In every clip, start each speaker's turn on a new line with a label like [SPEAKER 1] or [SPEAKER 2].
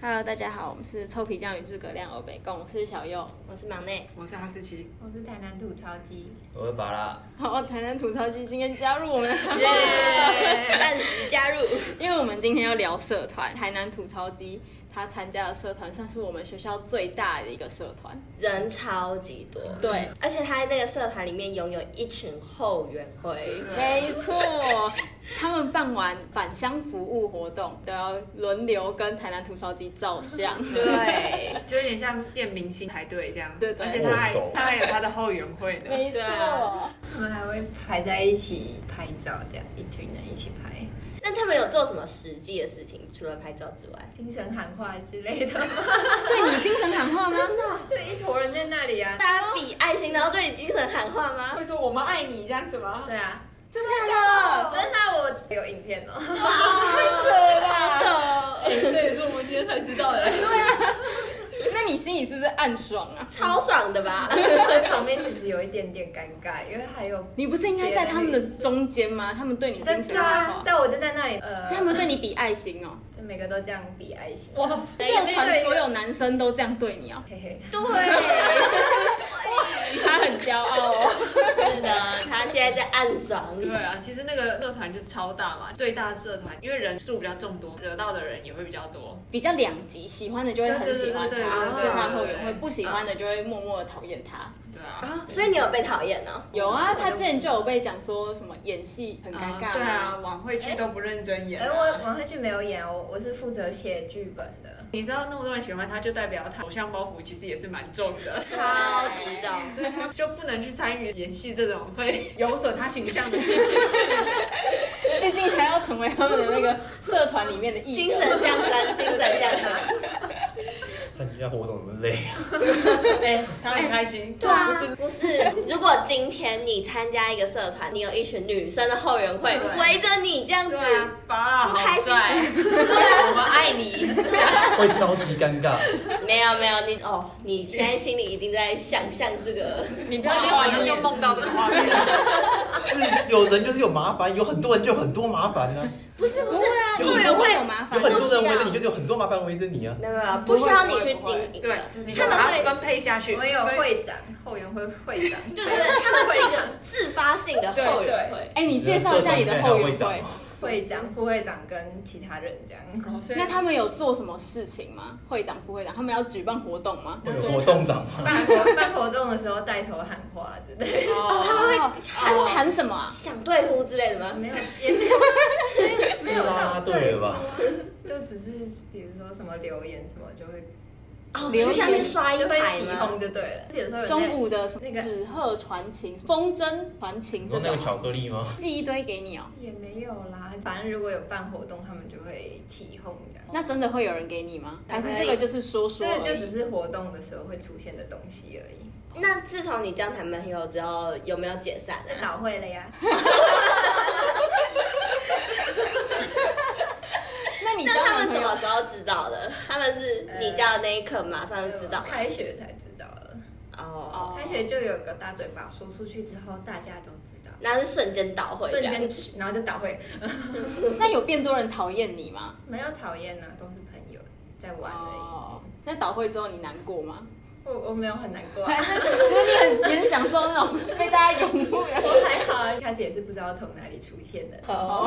[SPEAKER 1] Hello，大家好，我们是臭皮匠与诸葛亮欧北共，我是小右，我是忙内。
[SPEAKER 2] 我是哈士奇，
[SPEAKER 3] 我是台南吐槽机，
[SPEAKER 4] 我是巴拉，
[SPEAKER 1] 好，台南吐槽机今天加入我们的
[SPEAKER 2] 耶
[SPEAKER 1] 暂时加 入，因为我们今天要聊社团。台南吐槽机他参加的社团算是我们学校最大的一个社团，
[SPEAKER 5] 人超级多，
[SPEAKER 1] 对，
[SPEAKER 5] 而且他那个社团里面拥有一群后援会，
[SPEAKER 1] 没错，他们办完返乡服务活动都要轮流跟台南吐槽机照相，
[SPEAKER 5] 对，
[SPEAKER 2] 就有点像见明星排队这样，
[SPEAKER 1] 对对
[SPEAKER 2] 而且他还
[SPEAKER 4] 握手
[SPEAKER 2] 他还有他的后援会呢，
[SPEAKER 1] 没
[SPEAKER 5] 对
[SPEAKER 1] 错
[SPEAKER 5] 啊。
[SPEAKER 3] 他们还会排在一起拍照，这样一群人一起拍，
[SPEAKER 5] 那他们有做什么实际的事情？除了拍照之外，
[SPEAKER 3] 精神喊话之类 的，
[SPEAKER 1] 对哎你精神喊话吗？
[SPEAKER 3] 就一坨人在那里啊。
[SPEAKER 5] 大家比爱心，然后对你精神喊话吗？
[SPEAKER 2] 会说我们爱你这样子吗？
[SPEAKER 3] 对啊，
[SPEAKER 1] 真的啊
[SPEAKER 3] 真
[SPEAKER 5] 啊
[SPEAKER 3] 的我有影片哦，
[SPEAKER 1] 假
[SPEAKER 5] 哦
[SPEAKER 1] 的？
[SPEAKER 2] 这也是我们今天才知道的。
[SPEAKER 1] 那你心里是不是暗爽啊？
[SPEAKER 5] 超爽的吧？
[SPEAKER 3] 旁边其实有一点点尴尬，因为还 有
[SPEAKER 1] 你不是应该在他们的中间吗？他们对你精神喊
[SPEAKER 2] 啊
[SPEAKER 1] 话，
[SPEAKER 3] 但我就在那里，呃，
[SPEAKER 1] 所以他们对你比爱心哦。
[SPEAKER 3] 就每个都这样比爱心，
[SPEAKER 1] 哇，社团所有男生都这样对你哦，
[SPEAKER 3] 嘿嘿，
[SPEAKER 5] 对，
[SPEAKER 1] 他很骄傲哦。
[SPEAKER 5] 是的，他现在在暗爽你
[SPEAKER 2] 对。啊，其实那个社团就是超大嘛，最大社团，因为人数比较众多，惹到的人也会比较多。
[SPEAKER 1] 比较两极，喜欢的就会很喜欢
[SPEAKER 2] 对对
[SPEAKER 1] 他，
[SPEAKER 2] 对
[SPEAKER 1] 对
[SPEAKER 2] 对对
[SPEAKER 1] 他后援
[SPEAKER 2] 对对
[SPEAKER 1] 会；
[SPEAKER 2] 对
[SPEAKER 1] 不喜欢的就会默默的讨厌他。
[SPEAKER 2] 对啊，
[SPEAKER 5] 所以你有被讨厌
[SPEAKER 2] 嗯
[SPEAKER 5] 哦？
[SPEAKER 1] 有啊，他之前就有被讲说什么演戏很尴尬，
[SPEAKER 2] 对啊，，晚会剧都不认真演啊。
[SPEAKER 3] 哎，我晚会剧没有演哦，我是负责写剧本的，
[SPEAKER 2] 你知道那么多人喜欢他，就代表他偶像包袱其实也 是啊蛮重的，
[SPEAKER 5] 超级重，
[SPEAKER 2] 所以他就不能去参与演戏这种会有损他形象的事 情。
[SPEAKER 1] 毕竟还要成为他们的那个社团里面的艺
[SPEAKER 5] 精
[SPEAKER 1] 人。
[SPEAKER 5] 神降温，精神降温。
[SPEAKER 4] 参加活动很累，
[SPEAKER 2] 哎，他很开心，
[SPEAKER 1] 对啊
[SPEAKER 2] 不是
[SPEAKER 5] 不是，如果今天你参加一个社团，你有一群女生的后援会
[SPEAKER 3] 对
[SPEAKER 5] 围着你这样子，
[SPEAKER 2] 对啊，巴拉
[SPEAKER 5] 不开
[SPEAKER 2] 好
[SPEAKER 5] 心
[SPEAKER 2] 帅，我们爱你。
[SPEAKER 4] 会超级尴尬。
[SPEAKER 5] 没有没有，你哦，你现在心里一定在想象这个，
[SPEAKER 2] 你不要今天晚上就梦到这个画面。
[SPEAKER 4] 就是有人就是有麻烦，有很多人就有很多麻烦呢、
[SPEAKER 5] 不是不是，
[SPEAKER 1] 对啊
[SPEAKER 5] 后
[SPEAKER 1] 你
[SPEAKER 5] 援
[SPEAKER 1] 总会
[SPEAKER 5] 会
[SPEAKER 1] 有麻
[SPEAKER 4] 有
[SPEAKER 1] 烦，
[SPEAKER 4] 很多人围着你，就是有很多麻烦围着你啊。
[SPEAKER 5] 没有没有，不需要你去经 营，
[SPEAKER 2] 对，
[SPEAKER 5] 们会
[SPEAKER 2] 他们会分配下去。
[SPEAKER 3] 我们有会长，后援会会长，
[SPEAKER 5] 就是他们是一个自发性的后援会，
[SPEAKER 1] 哎、你介绍一下你的后援
[SPEAKER 4] 社团可以
[SPEAKER 1] 会
[SPEAKER 4] 还有会长吗，
[SPEAKER 3] 会长、副会长跟其他人这样。
[SPEAKER 2] 哦，所以
[SPEAKER 1] 那他们有做什么事情吗？会长、副会长，他们要举办活动吗？
[SPEAKER 4] 有活动长吗？
[SPEAKER 3] 办活办活动的时候带头喊话之类
[SPEAKER 2] 哦，
[SPEAKER 1] 他们会喊、喊什么啊？
[SPEAKER 5] 想对呼之类的
[SPEAKER 3] 的，
[SPEAKER 5] 吗？
[SPEAKER 3] 啊没有也 没有没有没有
[SPEAKER 4] 拉拉
[SPEAKER 3] 到
[SPEAKER 4] 队了吧？
[SPEAKER 3] 就只是比如说什么留言什么就会
[SPEAKER 5] 哦，
[SPEAKER 1] 流
[SPEAKER 5] 去下面
[SPEAKER 1] 行
[SPEAKER 5] 刷一
[SPEAKER 3] 就会
[SPEAKER 5] 排
[SPEAKER 3] 起
[SPEAKER 5] 吗
[SPEAKER 3] 哄？就对了。比如说有
[SPEAKER 1] 中午的什么
[SPEAKER 3] 那个
[SPEAKER 1] 纸鹤传情、风筝传情
[SPEAKER 4] 你
[SPEAKER 1] 这
[SPEAKER 4] 哦说那个
[SPEAKER 1] 种，
[SPEAKER 4] 巧克力吗？
[SPEAKER 1] 寄一堆给你哦。
[SPEAKER 3] 也没有啦，反正如果有办活动，他们就会起哄这样。
[SPEAKER 1] 那真的会有人给你吗？还
[SPEAKER 3] 大概
[SPEAKER 1] 是这个就是说说而
[SPEAKER 3] 这
[SPEAKER 1] 已？
[SPEAKER 3] 就只是活动的时候会出现的东西而已，
[SPEAKER 5] 那自从你交男朋友之后，有没有解散
[SPEAKER 3] 就
[SPEAKER 5] 啊？
[SPEAKER 3] 倒会了 呀。
[SPEAKER 1] 那你交
[SPEAKER 5] 那他
[SPEAKER 1] 男
[SPEAKER 5] 们
[SPEAKER 1] 朋
[SPEAKER 5] 什
[SPEAKER 1] 友呃
[SPEAKER 5] 么时候知道的？他们是你交的那一刻马上就知道
[SPEAKER 3] 开学才知道了，
[SPEAKER 5] 哦，
[SPEAKER 1] 哦，
[SPEAKER 3] 开学就有个大嘴巴说出去之后，大家都知道，
[SPEAKER 5] 那是瞬间倒回，
[SPEAKER 3] 瞬间去，然后就倒会。
[SPEAKER 1] 那有变多人讨厌你吗？
[SPEAKER 3] 没有讨厌呐，都是朋友在玩而已。
[SPEAKER 1] 哦，那倒会之后你难过吗？
[SPEAKER 3] 我我没有很难过、啊
[SPEAKER 1] 还，是所以你很你很享受那种被大家拥护然后
[SPEAKER 3] 我还好啊，一开始也是不知道从哪里出现 的。
[SPEAKER 5] 哦，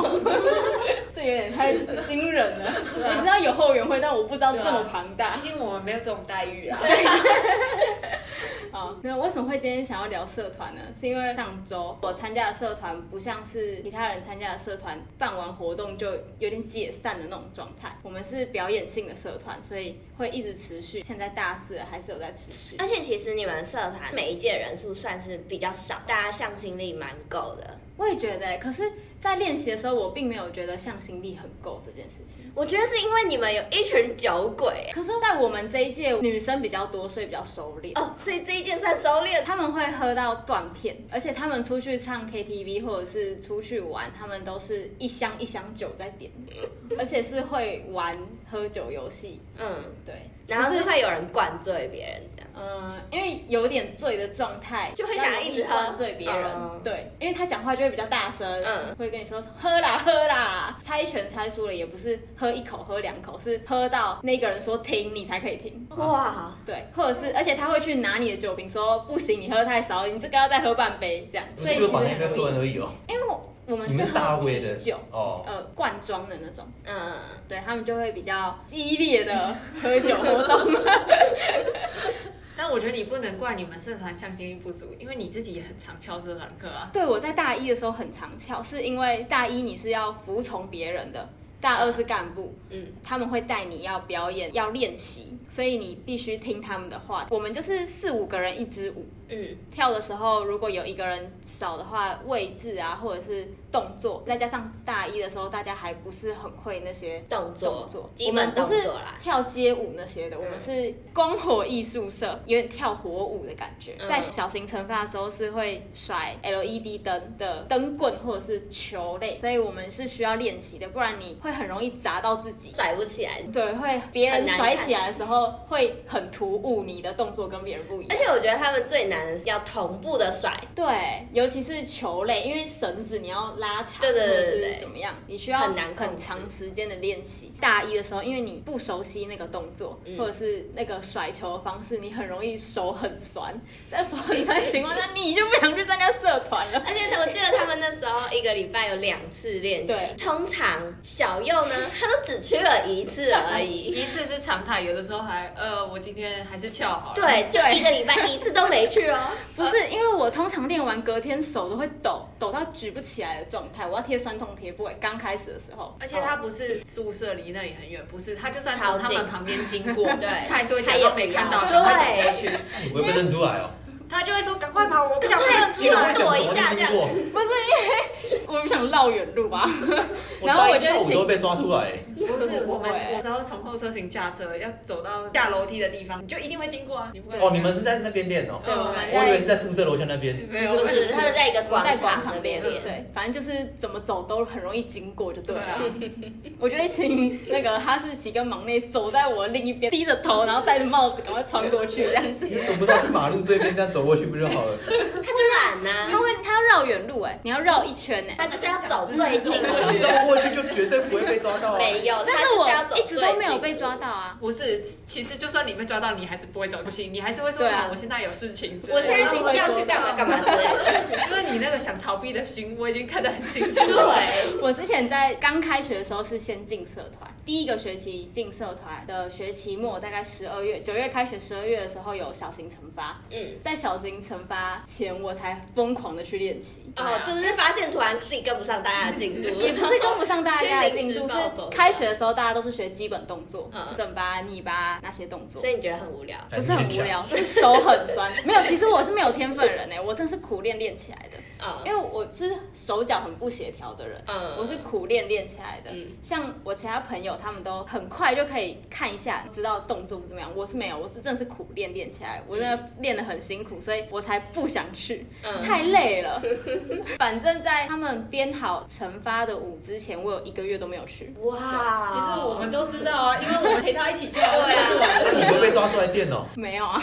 [SPEAKER 1] 这有点太惊人 了。我知道有后援会，但我不知道这么庞大
[SPEAKER 2] 毕。竟我们没有这种待遇啊。
[SPEAKER 1] 好，那为什么会今天想要聊社团呢？是因为上周我参加的社团不像是其他人参加的社团，办完活动就有点解散的那种状态。我们是表演性的社团，所以会一直持续。现在大四了，还是有在持续。
[SPEAKER 5] 而且其实你们社团每一届人数算是比较少，大家向心力蛮够的。
[SPEAKER 1] 我也觉得、可是，在练习的时候，我并没有觉得向心力很够这件事情。
[SPEAKER 5] 我觉得是因为你们有一群酒鬼
[SPEAKER 1] 可是，在我们这一届女生比较多，所以比较收敛。
[SPEAKER 5] 哦，所以这一届算收敛。
[SPEAKER 1] 他们会喝到断片，而且他们出去唱 KTV 或者是出去玩，他们都是一箱一箱酒在点，而且是会玩喝酒游戏，
[SPEAKER 5] 嗯，
[SPEAKER 1] 对，
[SPEAKER 5] 然后
[SPEAKER 1] 可
[SPEAKER 5] 是会有人灌醉别人这样。
[SPEAKER 1] 嗯，因为有点醉的状态，
[SPEAKER 5] 就会想要一直喝
[SPEAKER 1] 比较容易灌醉别人。
[SPEAKER 5] 嗯
[SPEAKER 1] 对，因为他讲话就会比较大声，
[SPEAKER 5] 嗯
[SPEAKER 1] 会跟你说喝啦喝啦。猜拳猜输了也不是喝一口喝两口，是喝到那个人说停你才可以停。
[SPEAKER 5] 哇，
[SPEAKER 1] 对，或者是而且他会去拿你的酒瓶说不行，你喝太少了，你这个要再喝半杯这样。所以
[SPEAKER 4] 你
[SPEAKER 1] 其实
[SPEAKER 4] 们不管那
[SPEAKER 1] 很
[SPEAKER 4] 边喝
[SPEAKER 1] 容
[SPEAKER 4] 完
[SPEAKER 1] 易，
[SPEAKER 4] 而已哦。
[SPEAKER 1] 因为我我们
[SPEAKER 4] 你们是大
[SPEAKER 1] 喝
[SPEAKER 4] 杯的
[SPEAKER 1] 啤酒，
[SPEAKER 4] 哦，
[SPEAKER 1] 呃，罐装的那种。
[SPEAKER 5] 嗯，
[SPEAKER 1] 对他们就会比较激烈的喝酒活动，
[SPEAKER 2] 但我觉得你不能怪你们社团向心力不足，因为你自己也很常翘社团课啊。
[SPEAKER 1] 对，我在大一的时候很常翘，是因为大一你是要服从别人的，大二是干部，
[SPEAKER 5] 嗯，
[SPEAKER 1] 他们会带你要表演、要练习，所以你必须听他们的话。我们就是四五个人一支舞，
[SPEAKER 5] 嗯，
[SPEAKER 1] 跳的时候如果有一个人少的话，位置啊或者是动作，再加上大一的时候大家还不是很会那些。
[SPEAKER 5] 动
[SPEAKER 1] 动
[SPEAKER 5] 作
[SPEAKER 1] 作，
[SPEAKER 5] 基本动
[SPEAKER 1] 我们不
[SPEAKER 5] 作
[SPEAKER 1] 是
[SPEAKER 5] 啦。
[SPEAKER 1] 跳街舞那些的，我们是光火艺术社，有点跳火舞的感觉。
[SPEAKER 5] 嗯
[SPEAKER 1] 在小型惩罚的时候是会甩 LED 灯的灯棍或者是球类，所以我们是需要练习的，不然你会很容易砸到自己。
[SPEAKER 5] 甩不起来。
[SPEAKER 1] 对，会别人
[SPEAKER 5] 很难
[SPEAKER 1] 甩起来的时候会很突兀，你的动作跟别人不一
[SPEAKER 5] 而
[SPEAKER 1] 样。
[SPEAKER 5] 且我觉得他们最难的是要同步的甩，
[SPEAKER 1] 对，尤其是球类，因为绳子你要拉长，
[SPEAKER 5] 对对对对
[SPEAKER 1] 或者
[SPEAKER 5] 对
[SPEAKER 1] 是怎么样，你需要
[SPEAKER 5] 很难控
[SPEAKER 1] 很
[SPEAKER 5] 制
[SPEAKER 1] 长时间的练习。大一的时候，因为你不熟悉那个动作，
[SPEAKER 5] 嗯
[SPEAKER 1] 或者是那个甩球的方式，你很容易手很 酸。在手很酸的情况下，你就不想去参加社团 了。
[SPEAKER 5] 而且我记得他们那时候一个礼拜有两次练习
[SPEAKER 1] 对，
[SPEAKER 5] 通常小右呢，他都只去了一次而已，
[SPEAKER 2] 一次是常态，有的时候还呃，我今天还是翘好了。
[SPEAKER 5] 对，就一个礼拜一次都没 去哦。
[SPEAKER 1] 不是，因为我通常练完隔天手都会抖，抖到举不起来的状态。我要贴酸痛贴布，刚开始的时候，
[SPEAKER 2] 而且他不是宿舍离那里很远，不是，他就算从他们
[SPEAKER 5] 超近
[SPEAKER 2] 旁边经过，
[SPEAKER 5] 对
[SPEAKER 2] 他也是会假装没看到，赶快走过去，
[SPEAKER 4] 那你不会被认出来哦？
[SPEAKER 2] 他就会说赶快跑，我不想被认出
[SPEAKER 4] 你怎么
[SPEAKER 2] 来
[SPEAKER 4] 会。想
[SPEAKER 5] 躲
[SPEAKER 4] 怎
[SPEAKER 5] 一
[SPEAKER 4] 么
[SPEAKER 5] 下这
[SPEAKER 4] 经
[SPEAKER 5] 样
[SPEAKER 4] 过？
[SPEAKER 1] 我不想绕远路吧。
[SPEAKER 4] 我
[SPEAKER 1] 然后
[SPEAKER 4] 大
[SPEAKER 1] 我
[SPEAKER 4] 一
[SPEAKER 1] 就
[SPEAKER 4] 跳舞
[SPEAKER 1] 请
[SPEAKER 4] 都被抓出来，欸
[SPEAKER 2] 不是，我们
[SPEAKER 1] 不会
[SPEAKER 2] 我只要从后车停下车，要走到下楼梯的地方，你就一定会经过啊，你不会
[SPEAKER 4] 哦，你们是在那边练哦？
[SPEAKER 1] 对，我们
[SPEAKER 2] 哦
[SPEAKER 4] 我以
[SPEAKER 1] 在
[SPEAKER 4] 为是在宿舍楼下那边。
[SPEAKER 2] 没有
[SPEAKER 5] 不是，他们在一个广
[SPEAKER 1] 在
[SPEAKER 5] 场那
[SPEAKER 1] 场
[SPEAKER 5] 边
[SPEAKER 2] 练
[SPEAKER 5] 练，
[SPEAKER 1] 对，反正就是怎么走都很容易经过，就对
[SPEAKER 2] 对
[SPEAKER 1] 了。
[SPEAKER 2] 啊，
[SPEAKER 1] 我就会请那个哈士奇跟忙内走在我另一边，低着头，然后戴着帽子，赶快穿过去这样 子。
[SPEAKER 4] 你为什么不知道去马路对面这样走过去不就好了？
[SPEAKER 5] 他就懒
[SPEAKER 1] 他
[SPEAKER 5] 呐，
[SPEAKER 1] 会，他要绕远路哎、你要绕一圈哎、
[SPEAKER 5] 他就是要走最近 的
[SPEAKER 4] 你
[SPEAKER 5] 路，
[SPEAKER 4] 绕过去就绝对不会被抓到啊！
[SPEAKER 5] 没有，
[SPEAKER 1] 但
[SPEAKER 5] 他就是要走
[SPEAKER 1] 我一直都没有
[SPEAKER 5] 最
[SPEAKER 1] 被
[SPEAKER 5] 近的路
[SPEAKER 1] 抓到啊。
[SPEAKER 2] 不是，其实就算你被抓到，你还是不会走，不行，你还是会说
[SPEAKER 1] 对啊
[SPEAKER 2] 啊，我现在有事情之类的，
[SPEAKER 5] 我现在不要去干嘛干嘛之类的，
[SPEAKER 2] 因为你那个想逃避的心，我已经看得很清楚 了。
[SPEAKER 5] 对，
[SPEAKER 1] 我之前在刚开学的时候是先进社团，第一个学期进社团的学期末，大概十二月九月开学，十二月的时候有小型惩罚，
[SPEAKER 5] 嗯。
[SPEAKER 1] 在小型惩罚前我才疯狂的去练习。
[SPEAKER 5] 哦，就是发现突然自己跟不上大家的进度，
[SPEAKER 1] 也不是跟不上大家的进
[SPEAKER 5] 临
[SPEAKER 1] 度，
[SPEAKER 5] 时
[SPEAKER 1] 是
[SPEAKER 5] 抱佛脚
[SPEAKER 1] 开学的时候大家都是学基本动作，
[SPEAKER 5] 嗯
[SPEAKER 1] 就整吧、逆吧那些动作
[SPEAKER 5] 所。以你觉得很无聊。
[SPEAKER 4] 哎
[SPEAKER 1] 不是很无 聊，是手很酸。 没有，其实我是没有天分的人哎、我真是苦练练起来的，
[SPEAKER 5] 嗯
[SPEAKER 1] 因为我是手脚很不协调的人，
[SPEAKER 5] 嗯
[SPEAKER 1] 我是苦练练起来的。
[SPEAKER 5] 嗯
[SPEAKER 1] 像我其他朋友，他们都很快就可以看一下，知道动作怎么样。我是没有，我是真的是苦练练起来，我真的练得很辛苦，所以我才不想去。
[SPEAKER 5] 嗯，
[SPEAKER 1] 太累 了。反正在他们编好惩罚的舞之前，我有一个月都没有去。
[SPEAKER 5] 哇，
[SPEAKER 2] 其实我们都知道啊，因为我们陪他一起去，就是
[SPEAKER 5] 对啊
[SPEAKER 4] 你会被抓出来电哦，
[SPEAKER 1] 没有啊，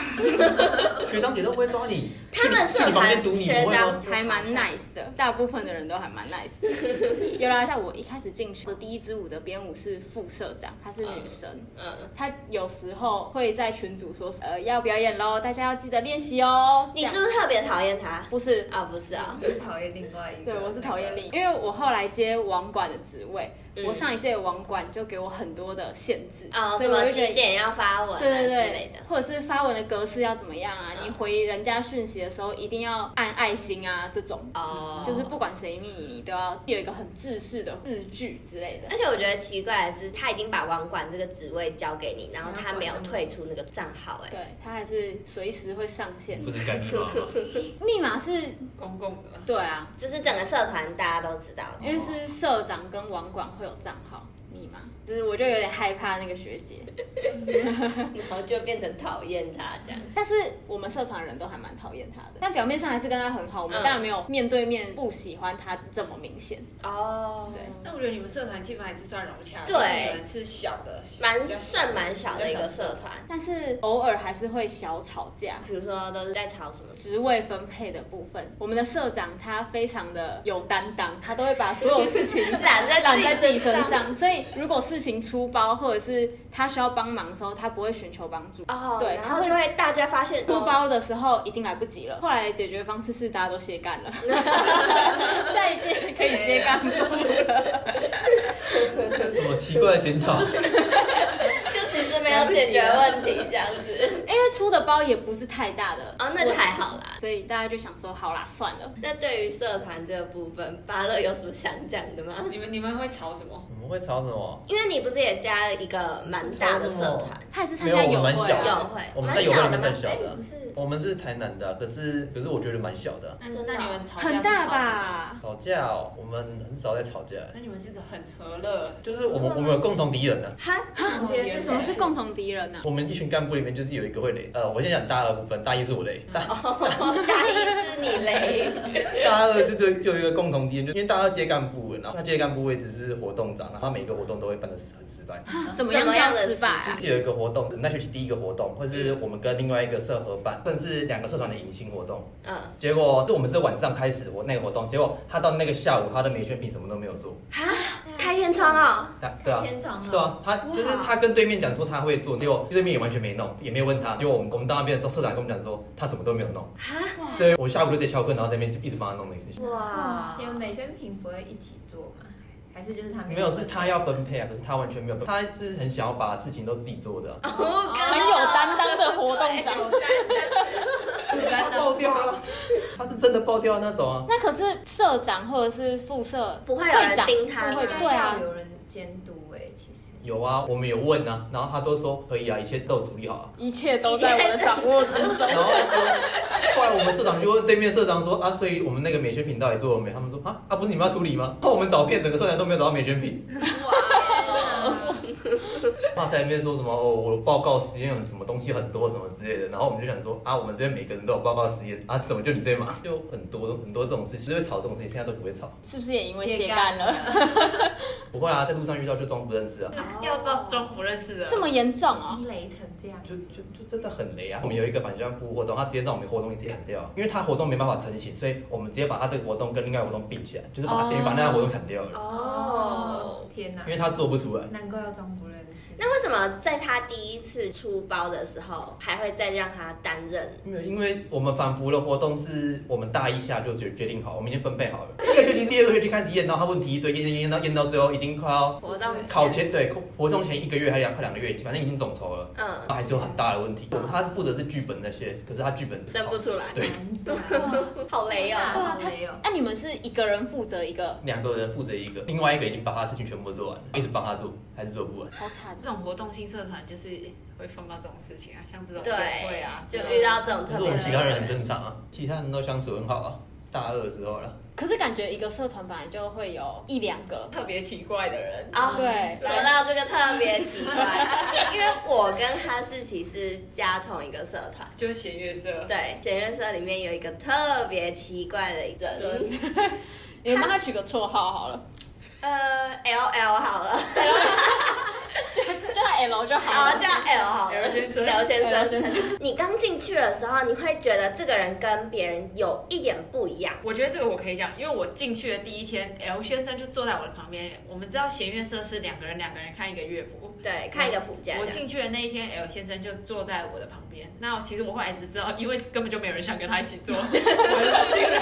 [SPEAKER 4] 学长姐都不会抓你。
[SPEAKER 5] 他们
[SPEAKER 4] 去你
[SPEAKER 5] 社
[SPEAKER 4] 去你房
[SPEAKER 5] 团
[SPEAKER 4] 间堵你
[SPEAKER 5] 学
[SPEAKER 4] 不会
[SPEAKER 5] 长
[SPEAKER 4] 吗？
[SPEAKER 1] 还蛮 nice 的，大部分的人都还蛮 nice 的。有啦，像我一开始进去的第一支舞的编舞是副社长，她是女生。
[SPEAKER 5] 嗯，
[SPEAKER 1] 她有时候会在群组说，呃，要表演喽，大家要记得练习哦。
[SPEAKER 5] 你是
[SPEAKER 1] 这样
[SPEAKER 5] 不是特别讨厌他？
[SPEAKER 1] 不是？
[SPEAKER 5] 啊，不是啊，
[SPEAKER 3] 我是讨厌另外一个。
[SPEAKER 1] 对，我是讨厌你，因为我后来接网管的职位，
[SPEAKER 5] 嗯
[SPEAKER 1] 我上一届网管就给我很多的限制，
[SPEAKER 5] 哦，
[SPEAKER 1] 所以
[SPEAKER 5] 什
[SPEAKER 1] 我
[SPEAKER 5] 么
[SPEAKER 1] 就觉
[SPEAKER 5] 几
[SPEAKER 1] 得
[SPEAKER 5] 点要发文啊之
[SPEAKER 1] 对对
[SPEAKER 5] 类
[SPEAKER 1] 对
[SPEAKER 5] 的，。
[SPEAKER 1] 或者是发文的格式要怎么样啊？
[SPEAKER 5] 嗯
[SPEAKER 1] 你回人家讯息的时候一定要按爱心啊，这种。
[SPEAKER 5] 哦，
[SPEAKER 1] 就是不管谁密你，你都要有一个很制式的字句之类的
[SPEAKER 5] 而。且我觉得奇怪的是，他已经把网管这个职位交给你，然后他没有退出那个账号、哎，
[SPEAKER 1] 对，它还是随时会上线
[SPEAKER 4] 不。能改密码吗？
[SPEAKER 1] 密码是，
[SPEAKER 2] 公共的。
[SPEAKER 1] 对啊，
[SPEAKER 5] 就是整个社团大家都知道，
[SPEAKER 1] 因为是社长跟网管会有账号，密码，就是我就有点害怕那个学姐。
[SPEAKER 5] 然后就变成讨厌他这样。
[SPEAKER 1] 但是我们社团人都还蛮讨厌他的，但表面上还是跟他很好。我们
[SPEAKER 5] 嗯
[SPEAKER 1] 当然没有面对面不喜欢他这么明显。
[SPEAKER 5] 哦
[SPEAKER 1] 对
[SPEAKER 2] 那我觉得你们社团气氛还是算融洽的，
[SPEAKER 5] 对
[SPEAKER 2] 就是你们是小的，
[SPEAKER 5] 蛮
[SPEAKER 2] 比较
[SPEAKER 5] 算蛮小的一个社团，
[SPEAKER 1] 但是偶尔还是会小吵架。
[SPEAKER 5] 比如说都是在吵什么，
[SPEAKER 1] 职位分配的部分，我们的社长他非常的有担当，他都会把所有事 情
[SPEAKER 5] 揽在
[SPEAKER 1] 揽在自己身
[SPEAKER 5] 身上。
[SPEAKER 1] 上。所以如果事情出包或者是他需要帮忙的时候，他不会寻求帮助。
[SPEAKER 5] 哦，
[SPEAKER 1] 对
[SPEAKER 5] 然后就会大家发现哦
[SPEAKER 1] 出， 包的时候已经来不及了。后来解决方式是大家都卸 干了，现在已经 可以接干部了。
[SPEAKER 4] 什么奇怪的检讨？
[SPEAKER 5] 就其实没有解决问题这样子。
[SPEAKER 1] 因为出的包也不是太大的
[SPEAKER 5] 哦，那就还好啦。
[SPEAKER 1] 所以大家就想说，好啦，算了。
[SPEAKER 5] 那对于社团这个部分，巴乐有什么想讲的吗？
[SPEAKER 2] 你们你们会吵什么？
[SPEAKER 4] 我们会吵什么？
[SPEAKER 5] 因为你不是也加了一个蛮大的社团，
[SPEAKER 1] 他也是参加
[SPEAKER 4] 没有
[SPEAKER 1] 友
[SPEAKER 4] 我蛮
[SPEAKER 1] 会
[SPEAKER 4] 小
[SPEAKER 1] 啊，
[SPEAKER 5] 友会，
[SPEAKER 4] 哦我们
[SPEAKER 5] 蛮
[SPEAKER 4] 在友会
[SPEAKER 5] 小
[SPEAKER 4] 里
[SPEAKER 5] 的
[SPEAKER 4] 面算
[SPEAKER 5] 吗？
[SPEAKER 4] 小
[SPEAKER 3] 哎，
[SPEAKER 4] 的
[SPEAKER 3] 不，是
[SPEAKER 4] 我们是台南的，啊可是可是我觉得蛮小的。
[SPEAKER 2] 那
[SPEAKER 5] 真的
[SPEAKER 2] 那
[SPEAKER 5] 啊
[SPEAKER 2] 你们吵架是
[SPEAKER 1] 很大
[SPEAKER 2] 吵什么？
[SPEAKER 1] 吧？
[SPEAKER 4] 吵架哦，我们很少在吵架，
[SPEAKER 2] 那你们是个很和乐，
[SPEAKER 4] 就是我们我们有共同敌人呢、啊
[SPEAKER 5] 哈，
[SPEAKER 2] 哈
[SPEAKER 3] 别人
[SPEAKER 1] 什么啊是共同敌人
[SPEAKER 5] 啊
[SPEAKER 1] 呢、
[SPEAKER 4] 我们一群干部里面就是有一个会雷，呃，我先讲大二的部分，大一是我雷，大
[SPEAKER 5] 大一是你雷，
[SPEAKER 4] 大二就就就有一个共同敌人，就因为大二接干部了，然后他接干部位置是活动长，然后他每个活动都会办的很失败。
[SPEAKER 1] 怎么样
[SPEAKER 5] 怎么
[SPEAKER 1] 叫
[SPEAKER 5] 样的
[SPEAKER 1] 失败、
[SPEAKER 4] 就
[SPEAKER 1] 啊？
[SPEAKER 4] 是有一个活动，我们那学期第一个活动，或
[SPEAKER 5] 嗯
[SPEAKER 4] 是我们跟另外一个社合办，甚至两个社团的迎新活动。
[SPEAKER 5] 嗯，
[SPEAKER 4] 结果是我们是晚上开始我那个活动，结果他到那个下午他的美宣品什么都没有
[SPEAKER 5] 哦
[SPEAKER 4] 做，
[SPEAKER 5] 开天窗哦，
[SPEAKER 4] 他对啊。
[SPEAKER 3] 天长
[SPEAKER 4] 对啊，他就是他跟对面讲说他会做，结果对面也完全没弄，也没有问他。结果我们我们到那边的时候，社长跟我们讲说他什么都没有弄，所以我下午就直接翘课，然后在那边一直帮他弄那个事情。
[SPEAKER 5] 哇
[SPEAKER 3] 你，们美宣品不会一起做吗？还是就是他
[SPEAKER 4] 没有，是他要分配啊，可是他完全没有分配，他是很想要把事情都自己做的啊、
[SPEAKER 5] 哦
[SPEAKER 1] 很有担当的活动长。
[SPEAKER 3] 有担当，
[SPEAKER 5] 哦
[SPEAKER 4] 就是 他爆掉了，他是真的爆掉的那种啊。
[SPEAKER 1] 那可是社长或者是副社
[SPEAKER 5] 不会有人
[SPEAKER 1] 会长
[SPEAKER 5] 盯他
[SPEAKER 1] 不会
[SPEAKER 5] 吗
[SPEAKER 1] 对啊
[SPEAKER 3] 应该要，有人监督哎，其实
[SPEAKER 4] 有啊，我们有问啊，然后他都说可以啊，一切都有处理好啊。
[SPEAKER 1] 一切都在我的掌握 之中。
[SPEAKER 4] 然后就后来我们社长就问对面社长说啊，所以我们那个美宣品到底做了没？他们说啊啊，不是你们要处理吗？ 后我们找遍整个社团都没有找到美宣品，他在那边说什么哦，我报告实验有什么东西很多什么之类的。然后我们就想说啊，我们这边每个人都有报告实验啊，怎么就你最忙？就很多很多这种事情，就会吵这种事情，现在都不会吵。
[SPEAKER 1] 是不是也因为卸干了？
[SPEAKER 4] 不会啊，在路上遇到就装不认识啊。
[SPEAKER 2] 要到装不认识的，
[SPEAKER 1] 这么严重哦、
[SPEAKER 3] 惊雷成这样，
[SPEAKER 4] 就就就真的很雷啊！我们有一个反向服务活动，他直接让我们活动一起砍掉，因为他活动没办法成型，所以我们直接把他这个活动跟另外一个活动并起来，就是把
[SPEAKER 1] 哦
[SPEAKER 4] 他等于把那个活动砍掉了，
[SPEAKER 5] 哦，
[SPEAKER 3] 天哪
[SPEAKER 4] 因，为他做不出来。
[SPEAKER 3] 难怪要装不认识。
[SPEAKER 5] 那为什么在他第一次出包的时候，还会再让他担任？
[SPEAKER 4] 因为因为我们反复的活动是我们大一下就决决定好，我们已经分配好了，一个学期、第二个学期开始验，到他问题一堆，验验验到验到最后已经快要
[SPEAKER 5] 活动
[SPEAKER 4] 考前对活动前一个月还两快两个月，反正已经总筹了，
[SPEAKER 5] 嗯，
[SPEAKER 4] 他还是有很大的问题。我们他负责是剧本那些，可是他剧本
[SPEAKER 5] 生不出 来，
[SPEAKER 4] 对
[SPEAKER 3] 难怪
[SPEAKER 5] 好雷哦。
[SPEAKER 1] 对啊，
[SPEAKER 3] 没有
[SPEAKER 1] 他那、你们是一个人负责一个，
[SPEAKER 4] 两个人负责一个，另外一个已经把他的事情全部做完了，一直帮他做，还是做不完。
[SPEAKER 1] 好惨。
[SPEAKER 2] 这种活动性社团就是会碰到这种事情啊，像这种
[SPEAKER 5] 对
[SPEAKER 2] 约会啊，
[SPEAKER 5] 就
[SPEAKER 2] 这种
[SPEAKER 5] 遇到这种
[SPEAKER 4] 可
[SPEAKER 5] 特
[SPEAKER 4] 是我
[SPEAKER 5] 别
[SPEAKER 4] 们
[SPEAKER 5] 的，
[SPEAKER 4] 其他人很正常啊，其他人都相处很好啊。大二的时候了，
[SPEAKER 1] 可是感觉一个社团本来就会有一两个，
[SPEAKER 2] 特别奇怪的人
[SPEAKER 5] 啊、
[SPEAKER 1] 对
[SPEAKER 5] 说到这个特别奇怪， 因为我跟哈士奇是加同一个社团，
[SPEAKER 2] 就是弦乐社，
[SPEAKER 5] 对，弦乐社里面有一个特别奇怪的
[SPEAKER 2] 嗯
[SPEAKER 5] 人，
[SPEAKER 1] 你们帮他取个绰号好了，
[SPEAKER 5] 呃，L L 好了，
[SPEAKER 1] 就啊叫他 L 就好
[SPEAKER 5] 好
[SPEAKER 1] 了。
[SPEAKER 5] 叫 L 好了，
[SPEAKER 2] L 先生
[SPEAKER 5] 刘先
[SPEAKER 1] L
[SPEAKER 5] 生，
[SPEAKER 1] 先
[SPEAKER 5] 你刚进去的时候，你会觉得这个人跟别人有一点不一样，
[SPEAKER 2] 我觉得这个我可以讲，因为我进去的第一天，L 先生就坐在我的旁边。我们知道弦乐社是两个人两个人看一个乐谱，
[SPEAKER 5] 对，看一个谱架
[SPEAKER 2] 我
[SPEAKER 5] 这样，
[SPEAKER 2] 进去的那一天，L 先生就坐在我的旁边。那其实我后来只知道，因为根本就没有人想跟他一起 坐，我是新人，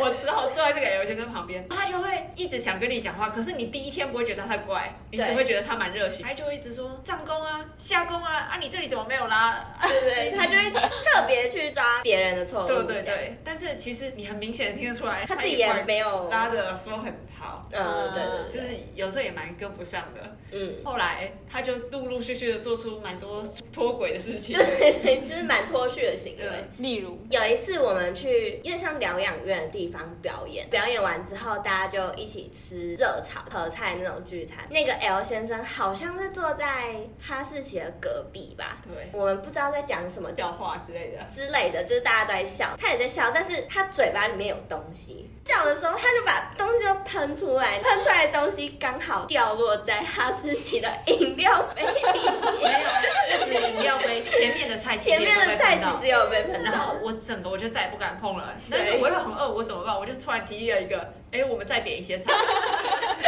[SPEAKER 2] 我只好坐在这个 L 先生旁边。他就会一直想跟你讲话，可是你第一天不会觉得他怪，你只
[SPEAKER 5] 对
[SPEAKER 2] 会觉得他蛮热心。他就会一直说这上弓啊、下弓啊，啊你这里怎么没有拉？啊
[SPEAKER 5] 对对，他就会特别去抓别人的错误，
[SPEAKER 2] 对对
[SPEAKER 5] 这样，
[SPEAKER 2] 对，但是其实你很明显地听得出来，
[SPEAKER 5] 他自己
[SPEAKER 2] 也
[SPEAKER 5] 也没有
[SPEAKER 2] 拉，的说很好，
[SPEAKER 5] 嗯，对对
[SPEAKER 2] 就是有时候也蛮跟不上的。
[SPEAKER 5] 嗯。
[SPEAKER 2] 后来他就陆陆续续的做出蛮多脱轨的事情，
[SPEAKER 5] 对，就是蛮脱序的行为
[SPEAKER 2] 对。
[SPEAKER 1] 例如，
[SPEAKER 5] 有一次我们去，因为像疗养院的地方表演，表演完之后大家就一起吃热炒、合菜那种聚餐。那个 L 先生好像是坐在哈士奇的隔壁吧，
[SPEAKER 2] 对，
[SPEAKER 5] 我们不知道在讲什么就
[SPEAKER 2] 教化之类的。
[SPEAKER 5] 之类的，就是大家都在笑，他也在笑，但是他嘴巴里面有东西，笑的时候他就把东西就喷出来，喷出来的东西刚好掉落在哈士奇的饮料杯里面，
[SPEAKER 2] 没有，那只饮料杯前面的菜，
[SPEAKER 5] 前面的菜其
[SPEAKER 2] 到。
[SPEAKER 5] 实也有被喷
[SPEAKER 2] 然
[SPEAKER 5] 到
[SPEAKER 2] 后。我整个我就再也不敢碰 了，但是我又很饿，我怎么办？我就突然提议了一个，哎，我们再点一些 菜，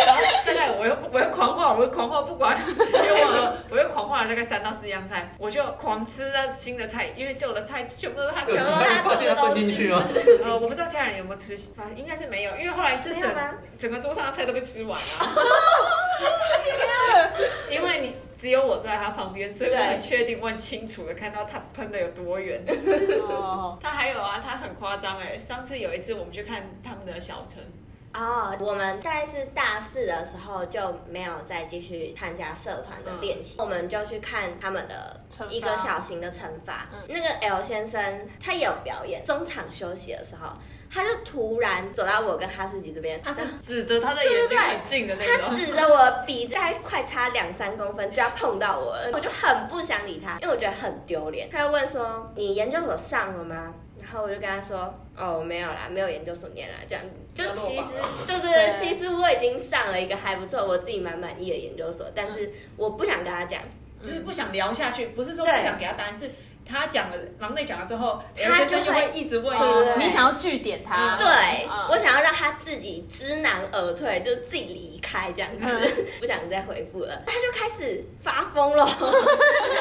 [SPEAKER 2] 然后大概我又我又狂化，我又狂化不管，就忘了，我又狂化了大概三到四样菜，我就狂吃那新的菜，因为旧的菜全部都是他
[SPEAKER 4] 就
[SPEAKER 2] 全
[SPEAKER 4] 是
[SPEAKER 5] 全部
[SPEAKER 2] 部
[SPEAKER 5] 都
[SPEAKER 4] 发现他吞进去啊吗？
[SPEAKER 2] 呃，我不知道家人有没有吃，反正应该是没有，因为后来这
[SPEAKER 5] 没
[SPEAKER 2] 整
[SPEAKER 5] 有吗
[SPEAKER 2] 整个桌上的菜都被吃完了。因为你只有我坐在他旁边，所以我
[SPEAKER 5] 对
[SPEAKER 2] 很确定、我很清楚的看到他喷的有多远。
[SPEAKER 1] 哦，
[SPEAKER 2] 他还有啊，他很夸张哎！上次有一次我们去看他们的小城，
[SPEAKER 5] 哦我们大概是大四的时候就没有再继续参加社团的练习，我们就去看他们的
[SPEAKER 1] 惩罚
[SPEAKER 5] 一个小型的惩罚。
[SPEAKER 1] 嗯
[SPEAKER 5] 那个 L 先生他也有表演，中场休息的时候，他就突然走到我跟哈士奇这边，
[SPEAKER 2] 他
[SPEAKER 5] 他
[SPEAKER 2] 是指着他的眼睛很近的那
[SPEAKER 5] 他
[SPEAKER 2] 种。
[SPEAKER 5] 指着我的鼻子，大概快差两三公分就要碰到我了，我就很不想理他，因为我觉得很丢脸。他就问说：“你研究所上了吗？”然后我就跟他说：“哦，没有啦，没有研究所念啦。”这样就
[SPEAKER 2] 要落
[SPEAKER 5] 其实
[SPEAKER 2] 榜
[SPEAKER 5] 对对对，
[SPEAKER 1] 对
[SPEAKER 5] 其实我已经上了一个还不错，我自己蛮满意的研究所，但
[SPEAKER 2] 嗯
[SPEAKER 5] 是我不想跟他讲，
[SPEAKER 2] 就是不想聊下去，不是说不
[SPEAKER 5] 对
[SPEAKER 2] 想给他答案，是他讲了，狼内讲了之后，
[SPEAKER 5] 他
[SPEAKER 2] 先生
[SPEAKER 5] 就
[SPEAKER 2] 就
[SPEAKER 5] 会
[SPEAKER 2] 会一直问，哦
[SPEAKER 5] 对对对
[SPEAKER 1] 你想要据点他，
[SPEAKER 2] 嗯
[SPEAKER 5] 对、
[SPEAKER 1] 嗯
[SPEAKER 5] 我想要让他自己知难而退，就自己离开这样子，
[SPEAKER 1] 嗯
[SPEAKER 5] 不想再回复了。他就开始发疯了，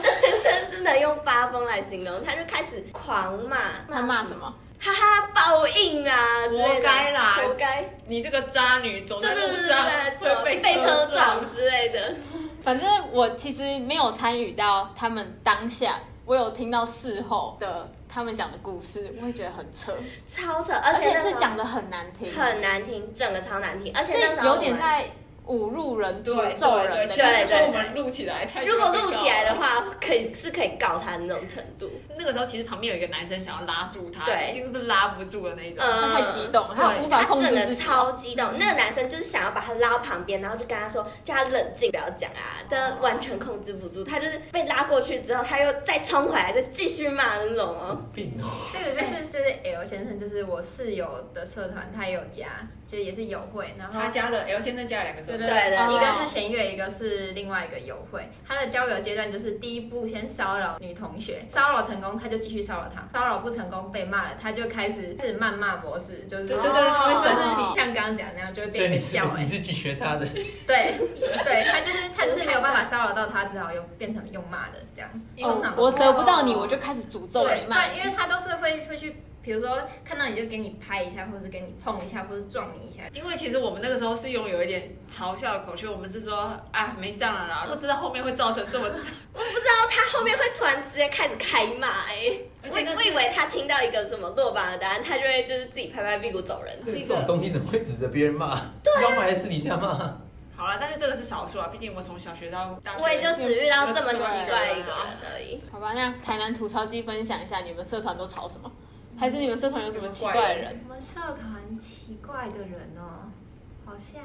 [SPEAKER 5] 真真真的用发疯来形容，他就开始狂骂，
[SPEAKER 1] 他骂什？么？
[SPEAKER 5] 哈哈，报应啊！之类的
[SPEAKER 2] 活该啦
[SPEAKER 5] 活该！
[SPEAKER 2] 你这个渣女走
[SPEAKER 5] 对
[SPEAKER 2] 在
[SPEAKER 5] 对
[SPEAKER 2] 路
[SPEAKER 5] 对
[SPEAKER 2] 上
[SPEAKER 5] 对对，
[SPEAKER 2] 会
[SPEAKER 5] 被车
[SPEAKER 2] 撞。
[SPEAKER 5] 撞之类的。
[SPEAKER 1] 反正我其实没有参与到他们当下，我有听到事后的他们讲的故事，我也觉得很扯，
[SPEAKER 5] 超扯，而
[SPEAKER 1] 而
[SPEAKER 5] 且
[SPEAKER 1] 且
[SPEAKER 5] 那时候
[SPEAKER 1] 是讲的很难听，
[SPEAKER 5] 很难听，整个超难听，而且那时
[SPEAKER 1] 是
[SPEAKER 5] 候
[SPEAKER 1] 有
[SPEAKER 5] 我们
[SPEAKER 1] 点在侮辱人、
[SPEAKER 2] 对
[SPEAKER 1] 诅咒人的
[SPEAKER 5] 对
[SPEAKER 1] 感觉。
[SPEAKER 5] 对
[SPEAKER 2] 其实我们录起来，
[SPEAKER 5] 如果录起来的，话，可以是可以告他的那种程度。
[SPEAKER 2] 那个时候其实旁边有一个男生想要拉住他，
[SPEAKER 5] 对
[SPEAKER 2] 已经是拉不住的那种。
[SPEAKER 5] 嗯
[SPEAKER 1] 他太激动了，
[SPEAKER 2] 对
[SPEAKER 1] 他无法控制
[SPEAKER 5] 整个
[SPEAKER 1] 自己。
[SPEAKER 5] 超激动，那个男生就是想要把他拉到旁边，然后就跟他说叫他冷静，不要讲啊，但完全控制不住，他就是被拉过去之后，他又再冲回来，再继续骂那种哦。
[SPEAKER 4] 病 哦！
[SPEAKER 3] 这个就是就是 L 先生，就是我室友的社团，他也有加，就也是友会，然后
[SPEAKER 2] 他加了 L 先生加了两个手
[SPEAKER 3] 对
[SPEAKER 2] 指
[SPEAKER 3] 对
[SPEAKER 5] 对对
[SPEAKER 3] 对，一
[SPEAKER 1] 哦
[SPEAKER 3] 个是弦乐，一个是另外一个友会。他的交友阶段就是第一步先骚扰女同学，骚扰成功他就继续骚扰她，骚扰不成功被骂了，他就开始是谩骂模式，就是
[SPEAKER 2] 对对对他会
[SPEAKER 3] 就是
[SPEAKER 2] 生气
[SPEAKER 3] 像刚刚讲那样就会
[SPEAKER 4] 所以
[SPEAKER 3] 变
[SPEAKER 4] 你
[SPEAKER 3] 成
[SPEAKER 4] 是
[SPEAKER 3] 笑哎、
[SPEAKER 4] 你是拒绝他的，
[SPEAKER 3] 对对，他就是他就是没有办法骚扰到他，只好又变成用骂的这样。通
[SPEAKER 1] 哦
[SPEAKER 3] 常，都
[SPEAKER 1] 我
[SPEAKER 3] 是
[SPEAKER 1] 得不到你，我就开始诅咒
[SPEAKER 3] 对
[SPEAKER 1] 你，骂
[SPEAKER 3] 他
[SPEAKER 1] 你。
[SPEAKER 3] 因为他都是会会去，比如说看到你就给你拍一下，或者是给你碰一下，或者撞你一下。
[SPEAKER 2] 因为其实我们那个时候是用有一点嘲笑的口气，我们是说啊没上了啦，不知道后面会造成这么，
[SPEAKER 5] 我不知道他后面会突然之间开始开骂哎、
[SPEAKER 2] 而
[SPEAKER 5] 我
[SPEAKER 2] 且那
[SPEAKER 5] 我
[SPEAKER 2] 是
[SPEAKER 5] 以为他听到一个什么落榜的答案，他就会就是自己拍拍屁股走人。
[SPEAKER 2] 是一
[SPEAKER 4] 这
[SPEAKER 2] 个
[SPEAKER 4] 种东西怎么会指着别人骂？要骂还是私底下骂？
[SPEAKER 2] 好了，但是这个是少数啊，毕竟我从小学到大学，
[SPEAKER 5] 我也就只遇到这么奇
[SPEAKER 2] 啊
[SPEAKER 5] 怪
[SPEAKER 2] 对
[SPEAKER 5] 一个人而已。
[SPEAKER 1] 好吧，那台南吐槽机分享一下，你们社团都吵什么？还是你们社团有什么奇怪的人？
[SPEAKER 3] 我们社团奇怪的人哦，好像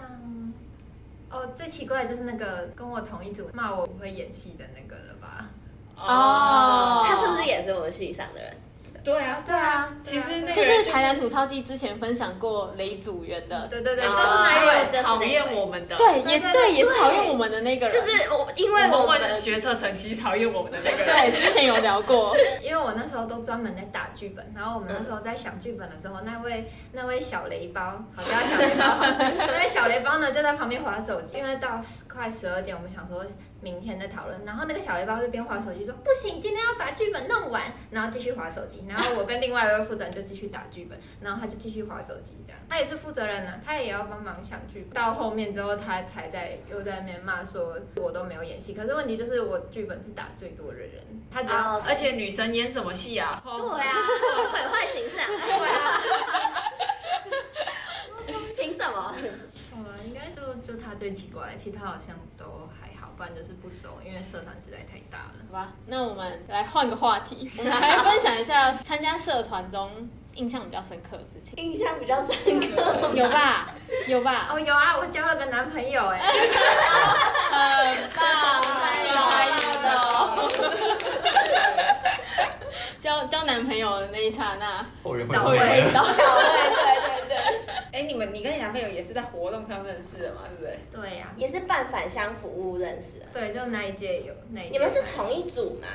[SPEAKER 3] 哦最奇怪的就是那个跟我同一组骂我不会演戏的那个了吧？
[SPEAKER 1] 哦
[SPEAKER 5] 他是不是也是我们系上的人？
[SPEAKER 2] 对啊对啊，其实那个
[SPEAKER 1] 就
[SPEAKER 2] 人
[SPEAKER 1] 是台南吐槽机之前分享过雷组员的，
[SPEAKER 3] 对对对，
[SPEAKER 5] 哦
[SPEAKER 3] 就是
[SPEAKER 2] 还
[SPEAKER 3] 那一
[SPEAKER 2] 有
[SPEAKER 3] 位。
[SPEAKER 5] 就是那一位
[SPEAKER 2] 讨厌我们的，
[SPEAKER 1] 对，
[SPEAKER 3] 嗯对
[SPEAKER 1] 也
[SPEAKER 3] 对
[SPEAKER 1] 对，
[SPEAKER 3] 对
[SPEAKER 1] 也是讨厌我们的那个人，
[SPEAKER 5] 就是我，因为
[SPEAKER 2] 我
[SPEAKER 5] 我
[SPEAKER 2] 们
[SPEAKER 5] 们
[SPEAKER 2] 问学测成绩讨厌我们的那个人，
[SPEAKER 1] 对，之前有聊过，
[SPEAKER 3] 因为我那时候都专门在打剧本，然后我们那时候在想剧本的时候，那位那位小雷包，好叫他小雷包好了，那位小小雷包呢就在旁边划手机，因为到快十二点，我们想说明天再讨论。然后那个小雷包就边划手机说不行，今天要把剧本弄完，然后继续划手机。然后我跟另外一位负责人就继续打剧本，然后他就继续划手机这样。他也是负责人呢、他也要帮忙想剧本。到后面之后，他才在又在那边骂说我都没有演戏，可是问题就是我剧本是打最多的人，他只要
[SPEAKER 5] 哦，
[SPEAKER 2] 而且女神演什么戏啊？
[SPEAKER 5] 对啊，毁坏形象，
[SPEAKER 3] 啊
[SPEAKER 5] 凭什么？
[SPEAKER 3] 好吧，应该就就他最奇怪，其他好像都还好，不然就是不熟，因为社团实在太大了。
[SPEAKER 1] 好吧，那我们来换个话题， 我们来分享一下参加社团中印象比较深刻的事情，
[SPEAKER 5] 印象比较深刻
[SPEAKER 1] 有吧？有吧？
[SPEAKER 3] 哦，有啊，我交了个男朋友哎、
[SPEAKER 1] 很棒，
[SPEAKER 5] 有
[SPEAKER 1] 交交男朋友的那一刹那，
[SPEAKER 4] 后援会
[SPEAKER 3] 到
[SPEAKER 4] 会
[SPEAKER 3] 位
[SPEAKER 4] 员，
[SPEAKER 5] 对对对对，
[SPEAKER 2] 哎、你们你跟你男朋友也是在活动上认识的嘛，对不对？
[SPEAKER 3] 对呀、
[SPEAKER 5] 也是办返乡服务认识的。
[SPEAKER 3] 对，就那一届有那一届
[SPEAKER 5] 你们是同一组吗？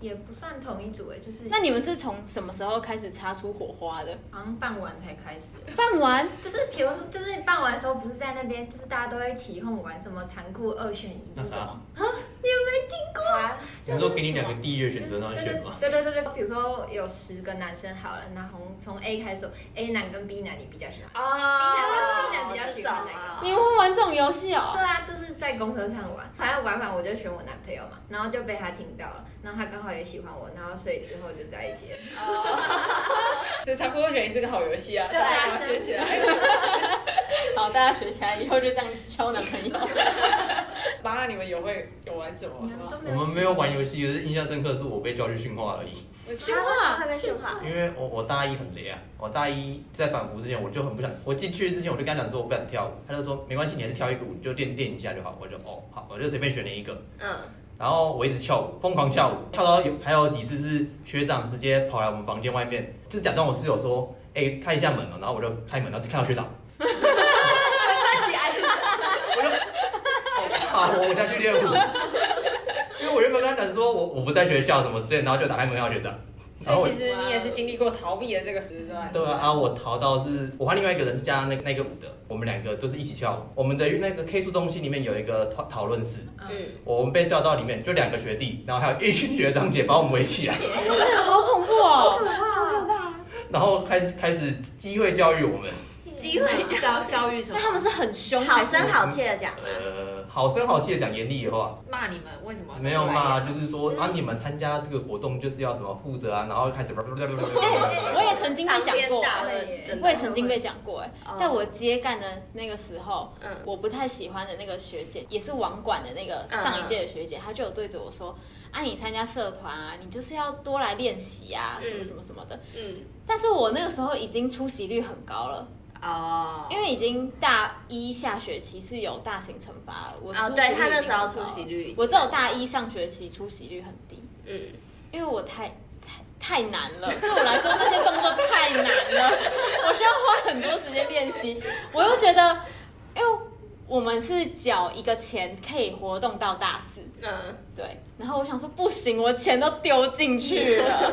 [SPEAKER 3] 也不算同一组哎、就是
[SPEAKER 1] 那你们是从什么时候开始擦出火花的？
[SPEAKER 3] 好像傍晚才开始，
[SPEAKER 1] 办完
[SPEAKER 3] 就是比如说就是傍晚的时候不是在那边，就是大家都会起哄玩什么残酷二选一
[SPEAKER 4] 那
[SPEAKER 3] 什
[SPEAKER 4] 啥
[SPEAKER 3] 么，啊，你有没有听过？
[SPEAKER 5] 啊，
[SPEAKER 4] 你说给你两个地域选择，然后
[SPEAKER 3] 对
[SPEAKER 4] 选吗？
[SPEAKER 3] 对对对对对，比如说有十个男生好了，然后从从 A 开始说，A 男跟 B 男你比较喜欢。
[SPEAKER 5] 哦，
[SPEAKER 3] B 男跟 C 男比较喜欢哪个
[SPEAKER 5] 这种哦
[SPEAKER 1] 你们会玩这种游戏哦？
[SPEAKER 3] 对啊，就是在公车上玩，反正玩完我就选我男朋友嘛，然后就被他听到了，然后他刚好也喜欢我，然后所以之后就在一起了。
[SPEAKER 2] 这残酷二选一是个好游戏啊，
[SPEAKER 3] 对
[SPEAKER 2] 大
[SPEAKER 3] 啊
[SPEAKER 2] 家学起来。
[SPEAKER 1] 好，大家学起来，以后就这样交男朋友。
[SPEAKER 2] 妈，那你们有会有玩什么
[SPEAKER 3] 你们
[SPEAKER 2] 吗
[SPEAKER 3] 都？
[SPEAKER 4] 我们没有玩游戏，就是印象深刻是我被叫去训话而已。
[SPEAKER 5] 啊为什么会被训话？
[SPEAKER 2] 啊
[SPEAKER 4] 因为我我大一很雷啊，我大一在反服之前我就很不想，我进去之前我就跟他讲说我不想跳舞，他就说没关系，你还是跳一个舞，你就练练一下就好。我就哦好，我就随便选了一个，
[SPEAKER 5] 嗯，
[SPEAKER 4] 然后我一直跳舞，疯狂跳舞，跳到有还有几次是学长直接跑来我们房间外面，就是假装我室友说，哎、开一下门哦，然后我就开门，然后就看 到学长，
[SPEAKER 5] 那起来
[SPEAKER 4] 哦好，我我下去练 舞，因为我原本跟他讲说我我不在学校什么之类的，然后就打开门看到学长，
[SPEAKER 2] 所
[SPEAKER 4] 然后我
[SPEAKER 2] 以其实你也是经历过逃避的这个时段。
[SPEAKER 4] 对啊，啊我逃到是，我和另外一个人是加那那个舞的，我们两个都是一起跳舞。我们的那个 K 数中心里面有一个讨讨论室，
[SPEAKER 5] 嗯，
[SPEAKER 4] 我们被叫到里面，就两个学弟，然后还有一群学长姐把我们围起来，
[SPEAKER 1] 好恐怖哦！
[SPEAKER 4] 然后开始开始机会教育我们，
[SPEAKER 5] 机会就
[SPEAKER 2] 教教育什
[SPEAKER 1] 那他们是很凶，
[SPEAKER 5] 好声好气的讲啊了。
[SPEAKER 4] 呃，好声好气的讲严厉的话，
[SPEAKER 2] 骂你们为什么？
[SPEAKER 4] 没有嘛，就是说
[SPEAKER 3] 就是
[SPEAKER 4] 啊，你们参加这个活动就是要什么负责啊，然后开始，
[SPEAKER 1] 我也曾经被讲过
[SPEAKER 5] 场边大会真的
[SPEAKER 1] 我也曾经被讲过，哎
[SPEAKER 5] 哦，
[SPEAKER 1] 在我接干的那个时候，
[SPEAKER 5] 嗯
[SPEAKER 1] 我不太喜欢的那个学姐，也是网管的那个
[SPEAKER 5] 嗯
[SPEAKER 1] 上一届的学姐，她就有对着我说：“啊，你参加社团啊，你就是要多来练习啊，
[SPEAKER 5] 嗯
[SPEAKER 1] 什么什么什么的。
[SPEAKER 5] 嗯，”
[SPEAKER 1] 但是我那个时候已经出席率很高了，
[SPEAKER 2] 哦，
[SPEAKER 1] 因为已经大一下学期是有大型惩罚了。我
[SPEAKER 5] 哦，
[SPEAKER 1] 出席
[SPEAKER 5] 对
[SPEAKER 1] 率
[SPEAKER 5] 他那
[SPEAKER 1] 已经
[SPEAKER 5] 时
[SPEAKER 1] 很
[SPEAKER 5] 候
[SPEAKER 1] 高
[SPEAKER 5] 出席
[SPEAKER 1] 了，
[SPEAKER 5] 率，
[SPEAKER 1] 我只有大一上学期出席率很低，
[SPEAKER 5] 嗯，
[SPEAKER 1] 因为我太太太难了，对我来说那些动作太难了， 我需要花很多时间练习。我又觉得，因为我们是缴一个钱可以活动到大四，
[SPEAKER 5] 嗯，
[SPEAKER 1] 对，然后我想说不行，我钱都丢进去了，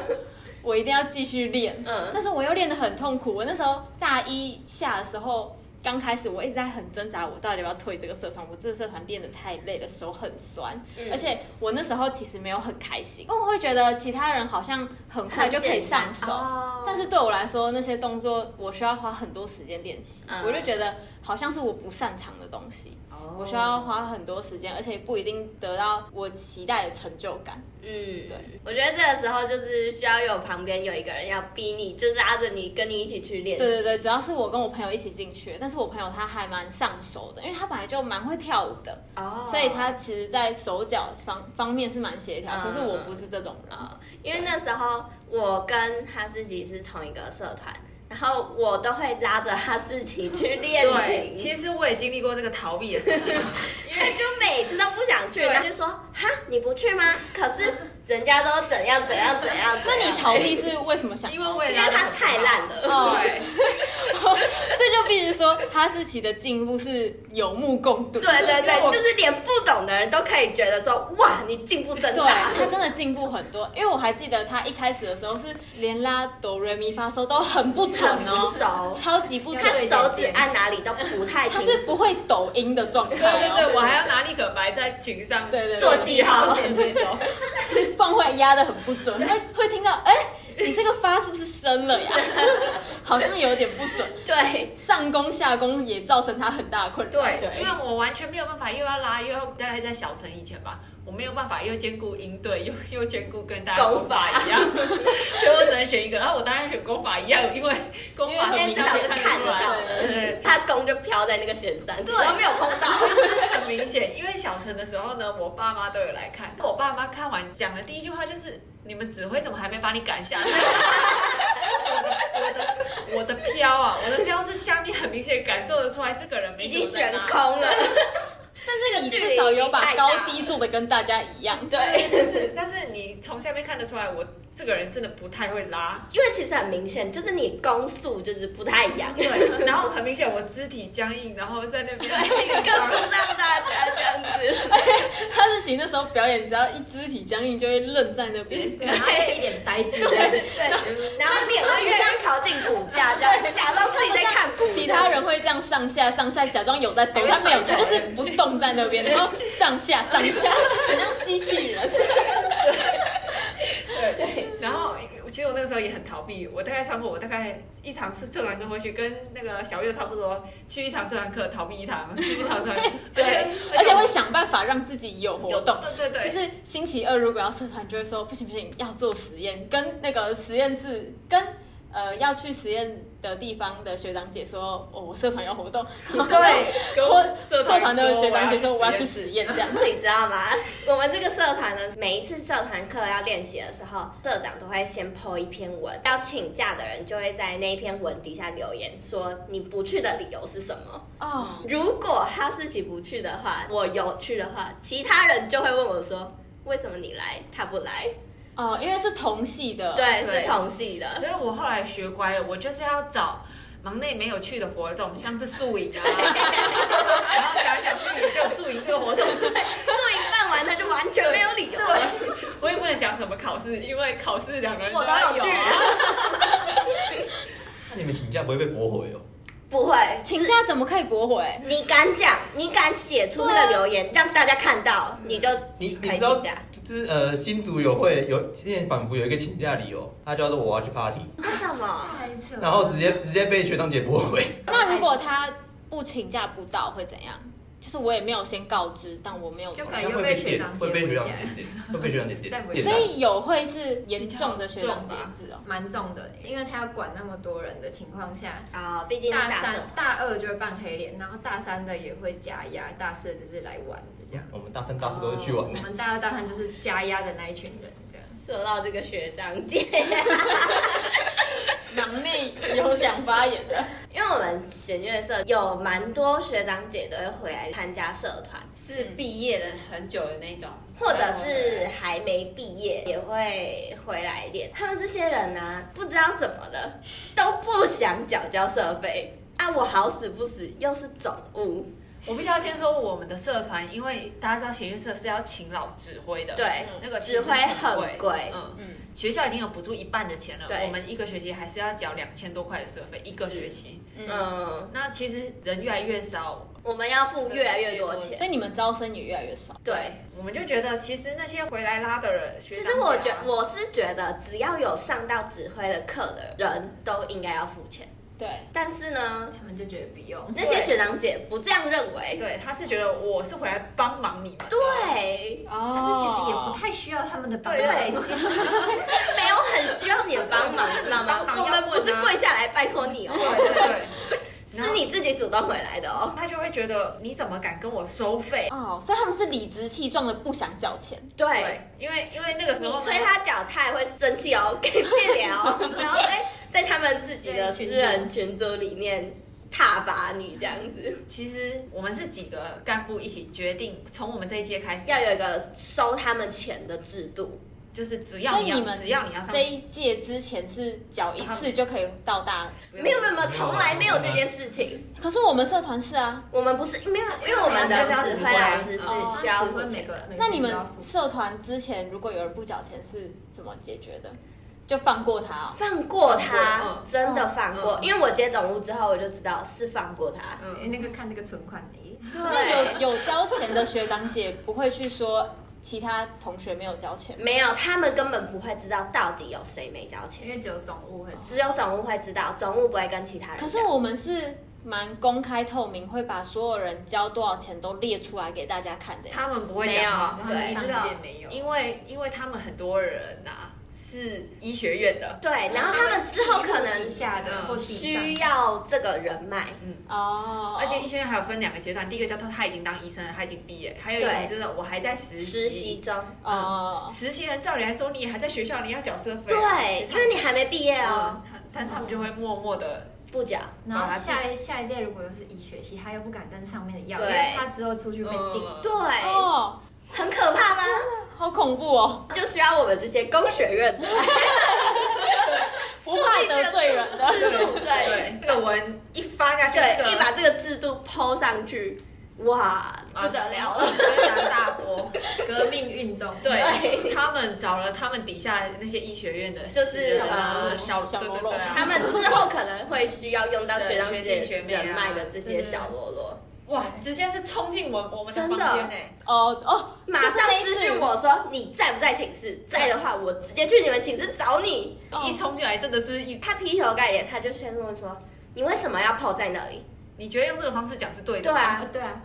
[SPEAKER 1] 我一定要继续练。
[SPEAKER 5] 嗯
[SPEAKER 1] 但是我又练得很痛苦，我那时候大一下的时候。刚开始我一直在很挣扎，我到底要不要退这个社团？我这个社团练得太累了，手很酸，
[SPEAKER 5] 嗯
[SPEAKER 1] 而且我那时候其实没有很开心，因为我会觉得其他人好像很快就可以上手，
[SPEAKER 5] 哦
[SPEAKER 1] 但是对我来说那些动作我需要花很多时间练习，
[SPEAKER 5] 嗯哦
[SPEAKER 1] 我就觉得好像是我不擅长的东西。我需要花很多时间，而且不一定得到我期待的成就感。
[SPEAKER 5] 嗯，
[SPEAKER 1] 对，
[SPEAKER 5] 我觉得这个时候就是需要有旁边有一个人要逼你，就拉着你跟你一起去练习。
[SPEAKER 1] 对对对，主要是我跟我朋友一起进去，但是我朋友他还蛮上手的，因为他本来就蛮会跳舞的，
[SPEAKER 5] 哦
[SPEAKER 1] 所以他其实在手脚方方面是蛮协调。
[SPEAKER 5] 嗯
[SPEAKER 1] 可是我不是这种人，
[SPEAKER 5] 啊、因为那时候我跟哈士奇是同一个社团，然后我都会拉着哈士奇去
[SPEAKER 2] 对，
[SPEAKER 5] 练琴，
[SPEAKER 2] 其实我也经历过这个逃避的事情。
[SPEAKER 5] 他就每次都不想去，
[SPEAKER 2] 对
[SPEAKER 5] 然后就说哈你不去吗？可是人家都怎样怎样怎样，
[SPEAKER 1] 啊 那你逃避是为什么想？
[SPEAKER 2] 因为我也
[SPEAKER 5] 因为他太烂了，
[SPEAKER 1] 哦
[SPEAKER 2] 对，
[SPEAKER 1] 这就必须说，哈士奇的进步是有目共睹。
[SPEAKER 5] 对啊对
[SPEAKER 2] 因为我
[SPEAKER 5] 对，就是连不懂的人都可以觉得说，哇，你进步真
[SPEAKER 1] 对，
[SPEAKER 5] 大。
[SPEAKER 1] 它真的进步很多。因为我还记得它一开始的时候是连拉哆瑞咪发嗦都很不准
[SPEAKER 5] 很不
[SPEAKER 1] 哦，
[SPEAKER 5] 熟，
[SPEAKER 1] 超级不准
[SPEAKER 5] 他。手指按哪里都不太
[SPEAKER 1] 它
[SPEAKER 5] 清
[SPEAKER 1] 是
[SPEAKER 5] 楚。
[SPEAKER 1] 不会抖音的状态
[SPEAKER 2] 对
[SPEAKER 1] 哦。
[SPEAKER 2] 对对，我还要拿立可白在群上
[SPEAKER 1] 对对对
[SPEAKER 5] 做记号
[SPEAKER 1] 点点头，放坏压的很不准，会会听到哎、你这个发是不是升了呀？ 好像有点不准，
[SPEAKER 5] 对，
[SPEAKER 1] 上弓下弓也造成他很大的困扰。
[SPEAKER 2] 对，因为我完全没有办法，又要拉又要大概在小城以前吧，我没有办法又兼顾音对，又又兼顾跟大家
[SPEAKER 5] 功
[SPEAKER 2] 功法一样， 所以我只能选一个。然后我当然选功法一样，因为功
[SPEAKER 1] 因
[SPEAKER 2] 法
[SPEAKER 1] 为
[SPEAKER 2] 很
[SPEAKER 1] 很
[SPEAKER 2] 明
[SPEAKER 1] 明
[SPEAKER 2] 显
[SPEAKER 1] 显
[SPEAKER 2] 看出来
[SPEAKER 5] 看
[SPEAKER 1] 得到
[SPEAKER 2] 对对对
[SPEAKER 5] 他弓就飘在那个弦上，只要没有碰到。
[SPEAKER 2] 很明显，因为小城的时候呢，我爸妈都有来看。我爸妈看完讲的第一句话就是：“你们指挥怎么还没把你赶下来？” 我的我的我的飘啊，我的飘是下面很明显感受得出来，这个人没
[SPEAKER 5] 已经
[SPEAKER 2] 怎么在
[SPEAKER 5] 悬
[SPEAKER 2] 拉
[SPEAKER 5] 空了，
[SPEAKER 1] 但是你
[SPEAKER 5] 距离
[SPEAKER 1] 至少有
[SPEAKER 5] 太
[SPEAKER 1] 把
[SPEAKER 5] 大
[SPEAKER 1] 高
[SPEAKER 5] 了
[SPEAKER 1] 低做的跟大家一样。
[SPEAKER 5] 对，
[SPEAKER 2] 就是，但是你从下面看得出来，我这个人真的不太会拉。
[SPEAKER 5] 因为其实很明显，就是你弓速就是不 太一样，根
[SPEAKER 2] 对，然后很明显我肢体僵硬，然后在那 边
[SPEAKER 5] 本不让大家这样子。
[SPEAKER 1] 哈士奇那时候表演，只要一肢体僵硬就会愣在那边。
[SPEAKER 3] 然后就一脸呆滞，
[SPEAKER 5] 对对对， 然后你也会越像靠近骨架这样，假装自己在看骨。
[SPEAKER 1] 其他人会这样上下上下，假装有在抖，
[SPEAKER 3] 还会
[SPEAKER 1] 他没有，
[SPEAKER 3] 甩
[SPEAKER 1] 他就是不动在那边，然后上下上下，很像机器人。
[SPEAKER 2] 对，然后其实我那个时候也很逃避，我大概穿过我大概一堂是社团课回去，跟那个小月差不多，去一堂社团课逃避一堂， 去一堂社团课，对，
[SPEAKER 1] 而且会想办法让自己有活动。
[SPEAKER 2] 对对
[SPEAKER 1] 就
[SPEAKER 2] 对，
[SPEAKER 1] 是星期二如果要社团，就会说不行不行，要做实验，跟那个实验室跟。呃，要去实验的地方的学长姐说，哦，我社团有活动，
[SPEAKER 2] 对， 跟
[SPEAKER 1] 或
[SPEAKER 2] 社
[SPEAKER 1] 社团的
[SPEAKER 2] 说
[SPEAKER 1] 学长姐说我要去
[SPEAKER 2] 实
[SPEAKER 1] 实验，这样，
[SPEAKER 5] 你知道吗？我们这个社团呢，每一次社团课要练习的时候，社长都会先 po 一篇文，要请假的人就会在那一篇文底下留言说你不去的理由是什么。
[SPEAKER 1] 哦，
[SPEAKER 5] 如果哈士奇不去的话，我有去的话，其他人就会问我说为什么你来，他不来？
[SPEAKER 1] 哦，因为是同系的，
[SPEAKER 5] 哦对，
[SPEAKER 2] 对
[SPEAKER 5] 是同系 的。
[SPEAKER 2] 所以我后来学乖了，我就是要找忙内没有去的活动，像是宿营啊， 然后讲来讲去也只有宿营这个活动，
[SPEAKER 5] 录影办完他就完全没有理由了。
[SPEAKER 2] 我也不能讲什么考试，因为考试两个人
[SPEAKER 5] 我都
[SPEAKER 2] 要
[SPEAKER 5] 有去
[SPEAKER 2] 啊，
[SPEAKER 4] 那你们请假不会被驳回哦？
[SPEAKER 5] 不会，
[SPEAKER 1] 请假怎么可以驳回？
[SPEAKER 5] 你敢讲，你敢写出那个留言，让大家看到，嗯你就
[SPEAKER 4] 你你
[SPEAKER 5] 可
[SPEAKER 4] 知
[SPEAKER 5] 以
[SPEAKER 4] 道
[SPEAKER 5] 请假。
[SPEAKER 4] 就是呃新竹有会有之前仿佛有一个请假理由，他叫做我要去 party，
[SPEAKER 5] 为什 么？
[SPEAKER 3] 太扯了
[SPEAKER 4] 然后直接直接被学长姐驳回。
[SPEAKER 1] 那如果他不请假不到会怎样？就是我也没有先告知，但我没有
[SPEAKER 3] 就
[SPEAKER 1] 做
[SPEAKER 3] 可以又
[SPEAKER 4] 会
[SPEAKER 3] 被
[SPEAKER 4] 被
[SPEAKER 3] 学
[SPEAKER 4] 点
[SPEAKER 3] 长，
[SPEAKER 4] 会被
[SPEAKER 3] 接
[SPEAKER 4] 学
[SPEAKER 3] 回
[SPEAKER 4] 长
[SPEAKER 3] 家
[SPEAKER 4] 姐点，会被学长姐点
[SPEAKER 3] 再不
[SPEAKER 4] 点
[SPEAKER 1] 所
[SPEAKER 4] 到。
[SPEAKER 1] 以有会是严重的学长节制哦。
[SPEAKER 3] 蛮重的，因为他要管那么多人的情况下，
[SPEAKER 5] 啊、毕竟是
[SPEAKER 3] 大
[SPEAKER 5] 大社
[SPEAKER 3] 三、大二就会扮黑脸，然后大三的也会加压，大四的就是来玩的这样。
[SPEAKER 4] 我们大三大四都是去玩 的
[SPEAKER 3] 我，们大二、大三就是加压的那一群人这样。
[SPEAKER 5] 说到这个学长姐，
[SPEAKER 1] 忙内有想发言的，
[SPEAKER 5] 因为我们弦乐社有蛮多学长姐都会回来参加社团，
[SPEAKER 2] 是毕业了很久的那种，
[SPEAKER 5] 或者是还没毕业也会回来练。他们这些人呢、不知道怎么了，都不想缴交社费啊！我好死不死又是总务，
[SPEAKER 2] 我必须要先说我们的社团，因为大家知道弦乐社是要请老指挥的，，
[SPEAKER 5] 对，
[SPEAKER 2] 那个
[SPEAKER 5] 指挥很贵
[SPEAKER 2] 嗯。
[SPEAKER 1] 嗯，
[SPEAKER 2] 学校已经有补助一半的钱了，
[SPEAKER 5] 对
[SPEAKER 2] 我们一个学期还是要缴两千多块的社费，一个
[SPEAKER 5] 是
[SPEAKER 2] 学期。
[SPEAKER 5] 嗯，
[SPEAKER 2] 那其实人越来越少，
[SPEAKER 5] 我们要付越来越多钱。
[SPEAKER 1] 所以你们招生也越来越少。
[SPEAKER 5] 对，
[SPEAKER 2] 我们就觉得其实那些回来拉的人，其
[SPEAKER 5] 其实我
[SPEAKER 2] 啊
[SPEAKER 5] 觉我是觉得，只要有上到指挥的课的人都应该要付钱，
[SPEAKER 1] 对，
[SPEAKER 5] 但是呢，
[SPEAKER 3] 他们就觉得不用，
[SPEAKER 5] 那些学长姐不这样认为。
[SPEAKER 2] 对他是觉得我是回来帮忙你们，
[SPEAKER 5] 对，
[SPEAKER 1] 哦
[SPEAKER 3] 但是其实也不太需要他们的帮啊忙。
[SPEAKER 5] 对，其实 没有很需要你的帮忙，知道吗
[SPEAKER 2] 帮？忙
[SPEAKER 5] 我们不是跪下来拜托你哦，
[SPEAKER 2] 对对对，
[SPEAKER 5] 是你自己主动回来的哦。
[SPEAKER 2] 他就会觉得你怎么敢跟我收费？
[SPEAKER 1] 哦，所以他们是理直气壮的不想缴钱。
[SPEAKER 5] 对
[SPEAKER 2] 对，，因为因为那个时
[SPEAKER 5] 你
[SPEAKER 2] 候
[SPEAKER 5] 催他脚，他也会生气哦， 跟你别 聊，然后在在他们自己的私人群组里面挞伐你这样子，
[SPEAKER 2] 其实我们是几个干部一起决定，从我们这一届开始
[SPEAKER 5] 要有一个收他们钱的制度。
[SPEAKER 2] 就是只要你要
[SPEAKER 1] 所以你们
[SPEAKER 2] 只要你要上
[SPEAKER 1] 这一届之前是缴一次就可以到大，
[SPEAKER 5] 没有没有没有，从来没有这件事情。
[SPEAKER 1] 可是我们社团是啊，
[SPEAKER 5] 我们不是没有，因为我们的指挥老师是需要
[SPEAKER 3] 指
[SPEAKER 5] 付
[SPEAKER 3] 挥哦每
[SPEAKER 5] 钱的。
[SPEAKER 3] 个每个
[SPEAKER 1] 那你
[SPEAKER 3] 都
[SPEAKER 1] 们
[SPEAKER 3] 要付
[SPEAKER 1] 社团之前如果有人不缴钱是怎么解决的？就放过他哦。
[SPEAKER 5] 放
[SPEAKER 2] 放过
[SPEAKER 5] 过他
[SPEAKER 2] 嗯，
[SPEAKER 5] 真的放过
[SPEAKER 2] 嗯，嗯
[SPEAKER 5] 因为我接总务之后，我就知道是放过他。
[SPEAKER 2] 嗯
[SPEAKER 3] 诶那个看那个存款诶，
[SPEAKER 1] 那有有交钱的学长姐不会去说其他同学没有交钱吗，
[SPEAKER 5] 没有，他们根本不会知道到底有谁没交
[SPEAKER 3] 因
[SPEAKER 5] 钱，
[SPEAKER 3] 为只有总务会知
[SPEAKER 5] 只有总务会知道，总务不会跟其他人
[SPEAKER 1] 可
[SPEAKER 5] 讲。
[SPEAKER 1] 是我们是蛮公开透明，会把所有人交多少钱都列出来给大家看的耶。
[SPEAKER 2] 他们不会讲话，
[SPEAKER 3] 没有对
[SPEAKER 2] 你知道
[SPEAKER 3] 上届没有
[SPEAKER 2] 因为因为他们很多人呐、是医学院的，
[SPEAKER 5] 对，然后他们之后可能
[SPEAKER 3] 一下的
[SPEAKER 2] 嗯
[SPEAKER 3] 或地上
[SPEAKER 5] 需要这个人脉，
[SPEAKER 1] 哦，
[SPEAKER 2] 而且医学院还有分两个阶段，第一个叫他他已经当医生了，他已经毕业，还有一种
[SPEAKER 5] 对
[SPEAKER 2] 就是我还在实
[SPEAKER 5] 实习
[SPEAKER 2] 习。
[SPEAKER 5] 中。
[SPEAKER 1] 哦，
[SPEAKER 2] 实习人照理来说，你也还在学校，你要缴社费啊、其，
[SPEAKER 5] 对
[SPEAKER 2] 实
[SPEAKER 5] 因
[SPEAKER 2] 他
[SPEAKER 5] 为你还没毕业哦，
[SPEAKER 2] 嗯，他但是他们就会默默的，
[SPEAKER 5] 不缴。
[SPEAKER 3] 然后下一下一届如果又是医学系，他又不敢跟上面的要，因
[SPEAKER 5] 对
[SPEAKER 3] 为他之后出去被定。
[SPEAKER 2] 嗯
[SPEAKER 5] 对，
[SPEAKER 1] 哦，
[SPEAKER 5] 很可怕吧？
[SPEAKER 1] 好恐怖哦，
[SPEAKER 5] 就需要我们这些工学院的
[SPEAKER 1] 不怕得罪人的。
[SPEAKER 5] 制度，对
[SPEAKER 2] 对，这个文一发下去，这个
[SPEAKER 5] 对，一把这个制度抛上去，哇，不
[SPEAKER 2] 啊
[SPEAKER 5] 得了了。
[SPEAKER 2] 轩然大 波。
[SPEAKER 3] 革命运动，
[SPEAKER 2] 对，他们找了他们底下那些医学院的，
[SPEAKER 5] 就是
[SPEAKER 2] 呃
[SPEAKER 5] 呃
[SPEAKER 2] 小
[SPEAKER 1] 小
[SPEAKER 2] 对对
[SPEAKER 1] 喽啰
[SPEAKER 2] 对啊
[SPEAKER 5] 他们之后可能会需要用到学长
[SPEAKER 2] 对学弟
[SPEAKER 5] 姐
[SPEAKER 2] 学妹啊
[SPEAKER 5] 人脉的这些小喽啰，
[SPEAKER 2] 哇，直接是冲进我我们的
[SPEAKER 5] 真
[SPEAKER 2] 房
[SPEAKER 5] 的
[SPEAKER 2] 间欸诶，
[SPEAKER 1] 哦哦，
[SPEAKER 5] 马上私讯我说你在不在寝室，在的话我直接去你们寝室找你。
[SPEAKER 2] 一
[SPEAKER 1] 一
[SPEAKER 2] 冲进来真的是
[SPEAKER 1] 嗯
[SPEAKER 2] 一，
[SPEAKER 5] 他劈头盖脸，他就先问说你为什么要泡在那里？
[SPEAKER 2] 你觉得用这个方式讲是对的？
[SPEAKER 5] 对啊，
[SPEAKER 3] 对啊，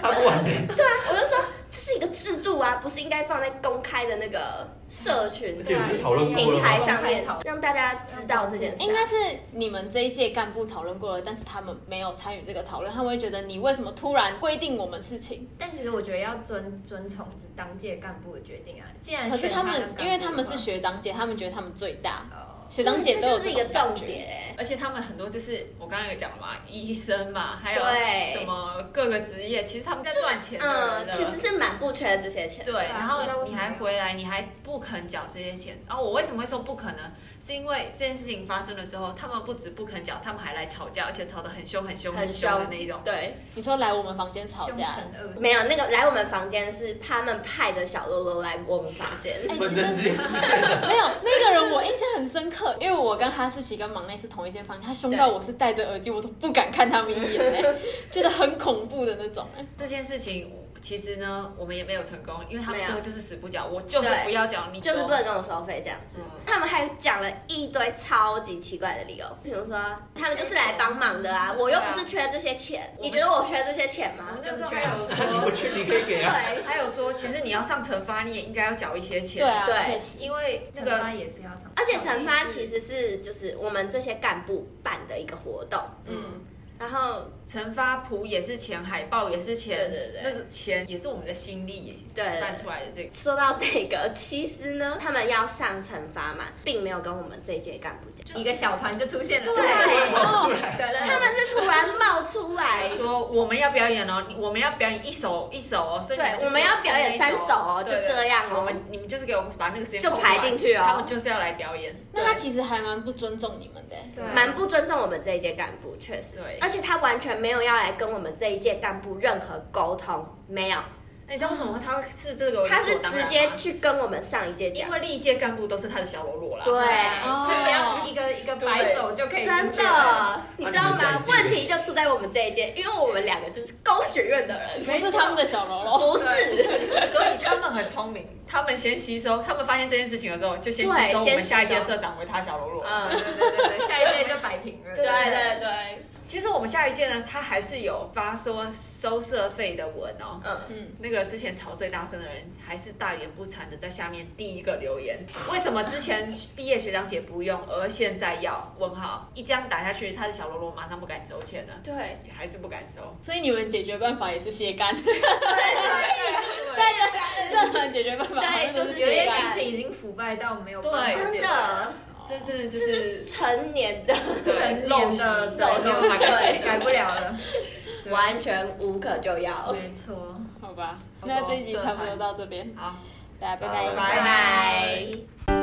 [SPEAKER 4] 他不完美，
[SPEAKER 5] 对啊，我就说这是一个制度啊，不是应该放在公开的那个社群
[SPEAKER 4] 而且我
[SPEAKER 5] 的
[SPEAKER 4] 们是讨论过
[SPEAKER 5] 平
[SPEAKER 4] 了
[SPEAKER 5] 台
[SPEAKER 4] 吗？
[SPEAKER 5] 上面
[SPEAKER 3] 公开讨，
[SPEAKER 5] 让大家知道这件事啊。
[SPEAKER 1] 应该是你们这一届干部讨论过了，但是他们没有参与这个讨论，他们会觉得你为什么突然规定我们事情？
[SPEAKER 3] 但其实我觉得要遵遵从就当届干部的决定啊。既然
[SPEAKER 1] 可是
[SPEAKER 3] 选
[SPEAKER 1] 他
[SPEAKER 3] 当
[SPEAKER 1] 们
[SPEAKER 3] 干，部
[SPEAKER 1] 因为他们
[SPEAKER 3] 嘛
[SPEAKER 1] 是，学长姐，他们觉得他们最大，
[SPEAKER 3] 哦
[SPEAKER 1] 学长姐都有这
[SPEAKER 5] 这是一个
[SPEAKER 1] 种感
[SPEAKER 5] 重
[SPEAKER 1] 觉。
[SPEAKER 5] 点欸。
[SPEAKER 2] 而且他们很多就是我刚刚有讲了嘛，医生嘛，还有
[SPEAKER 5] 对
[SPEAKER 2] 什么各个职业，其实他们在赚钱的人
[SPEAKER 5] 嗯，
[SPEAKER 2] 了。
[SPEAKER 5] 其实是蛮不缺这些钱。
[SPEAKER 2] 对，
[SPEAKER 3] 啊
[SPEAKER 2] 然
[SPEAKER 3] 不知道
[SPEAKER 2] 后
[SPEAKER 3] 为
[SPEAKER 2] 你
[SPEAKER 3] 什么
[SPEAKER 2] 还
[SPEAKER 3] 没有
[SPEAKER 2] 回来，你还不肯缴这些钱。然、后我为什么会说不可能？是因为这件事情发生了之后，他们不止不肯缴，他们还来吵架，而且吵得很凶、很凶、
[SPEAKER 5] 很
[SPEAKER 2] 凶的
[SPEAKER 5] 凶
[SPEAKER 2] 那一种。
[SPEAKER 5] 对，
[SPEAKER 1] 你说来我们房间吵
[SPEAKER 3] 凶
[SPEAKER 1] 架，
[SPEAKER 3] 神恶
[SPEAKER 5] 没有那个来我们房间是他们派的小喽啰来我们房间。
[SPEAKER 1] 哎、其
[SPEAKER 4] 本
[SPEAKER 1] 实
[SPEAKER 4] 人之前出现的，
[SPEAKER 1] 没有那个人，我印象很深刻，因为我跟哈士奇跟忙内是同一间房间，他凶到我是戴着耳机，我都不敢看他们一眼、哎，觉得很恐怖的那种、哎
[SPEAKER 2] 这件事情其实呢，我们也没有成功，因为他们
[SPEAKER 5] 没有
[SPEAKER 2] 最后就是死不缴，我就是
[SPEAKER 5] 对
[SPEAKER 2] 不要缴，你
[SPEAKER 5] 就是
[SPEAKER 2] 说嗯
[SPEAKER 5] 不能跟我收费这样子，他们还讲了一堆超级奇怪的理由，比如说他们就是来帮忙的啊，我又不是缺这些钱，你觉得我缺这些钱
[SPEAKER 2] 嗯啊我
[SPEAKER 5] 吗
[SPEAKER 2] 们？那时候还有
[SPEAKER 4] 你
[SPEAKER 2] 说
[SPEAKER 4] 不，去你可以给啊。
[SPEAKER 5] 对，
[SPEAKER 2] 还有说，其实你要上惩罚，你也应该要缴一些钱。
[SPEAKER 1] 对啊，
[SPEAKER 5] 对
[SPEAKER 1] 确实
[SPEAKER 2] 因为这
[SPEAKER 3] 惩
[SPEAKER 2] 个
[SPEAKER 3] 罚也是要上，
[SPEAKER 5] 而且惩罚其实是就是我们这些干部办的一个活动，
[SPEAKER 2] 嗯，
[SPEAKER 5] 然后
[SPEAKER 2] 惩罚谱也是钱，海报也是钱，
[SPEAKER 5] 对对对
[SPEAKER 2] 那个钱也是我们的心力
[SPEAKER 5] 对对对
[SPEAKER 2] 办出来的这个。
[SPEAKER 5] 说到这个，其实呢，他们要上惩罚嘛，并没有跟我们这一届干部讲，
[SPEAKER 3] 一个小团就出现了，
[SPEAKER 5] 对
[SPEAKER 1] 哦，
[SPEAKER 3] 对了，
[SPEAKER 2] 啊
[SPEAKER 5] 他们是突然冒出来，
[SPEAKER 2] 说我们要表演哦，你我们要表演一首一首哦，所以你
[SPEAKER 5] 对，
[SPEAKER 2] 就是
[SPEAKER 5] 我们要表演三首哦，就
[SPEAKER 2] 对对
[SPEAKER 5] 这样
[SPEAKER 2] 我
[SPEAKER 5] 哦。
[SPEAKER 2] 们你们就是给我把那个时间
[SPEAKER 5] 就
[SPEAKER 2] 空出来
[SPEAKER 5] 排进去哦
[SPEAKER 2] 他们就是要来表演。
[SPEAKER 1] 那他其实还蛮不尊重你们的、哎
[SPEAKER 3] 对
[SPEAKER 5] 蛮不尊重我们这一届干部，确实。
[SPEAKER 2] 对
[SPEAKER 5] 而且他完全没有要来跟我们这一届干部任何沟通，没有，
[SPEAKER 2] 那你知道为什么他会是这个？
[SPEAKER 5] 他是直接，去跟我们上一届
[SPEAKER 2] 因
[SPEAKER 5] 讲。
[SPEAKER 2] 为历届干部都是他的小喽啰啦。
[SPEAKER 5] 对，
[SPEAKER 1] 哦
[SPEAKER 3] 他只要一个一个摆手就可以
[SPEAKER 5] 真
[SPEAKER 3] 出去了，
[SPEAKER 5] 的，你知道吗？问题就出在我们这一届，因为我们两个就是工学院的人，
[SPEAKER 1] 不是他们的小喽啰。
[SPEAKER 5] 不是。
[SPEAKER 2] 所以他们很聪明，他们先吸收，他们发现这件事情了之后，就先吸
[SPEAKER 5] 对
[SPEAKER 2] 收我
[SPEAKER 5] 先
[SPEAKER 2] 们下一届
[SPEAKER 5] 吸收
[SPEAKER 2] 社长为他小喽啰。
[SPEAKER 5] 嗯，
[SPEAKER 3] 对对对对，下一届就摆平了，
[SPEAKER 5] 对对对，
[SPEAKER 2] 其实我们下一届呢，他还是有发说收社费的文哦。
[SPEAKER 5] 嗯。
[SPEAKER 2] 那个之前吵最大声的人，还是大言不惭的在下面第一个留言。为什么之前毕业学长姐不用，而现在要？问号一这样打下去，他的小喽啰马上不敢收钱了，
[SPEAKER 5] 对，
[SPEAKER 2] 也还是不敢收。
[SPEAKER 1] 所以你们解决办法也是卸干，
[SPEAKER 5] 对
[SPEAKER 1] 社团解决办法好像都
[SPEAKER 3] 有
[SPEAKER 1] 是卸
[SPEAKER 3] 些
[SPEAKER 1] 干
[SPEAKER 3] 事。情已经腐败到没有办
[SPEAKER 2] 对
[SPEAKER 3] 法
[SPEAKER 5] 真的，
[SPEAKER 2] 这真的就
[SPEAKER 5] 这是
[SPEAKER 2] 是
[SPEAKER 5] 成年的，
[SPEAKER 3] 成年的
[SPEAKER 5] 对
[SPEAKER 3] 对
[SPEAKER 5] 陋习
[SPEAKER 3] 对改不了 了，对
[SPEAKER 5] 完全无可救药。
[SPEAKER 3] 没错。
[SPEAKER 1] 好吧，那这一集差不多到这边。
[SPEAKER 2] 好，
[SPEAKER 1] 大家拜拜
[SPEAKER 4] 拜
[SPEAKER 5] 拜拜。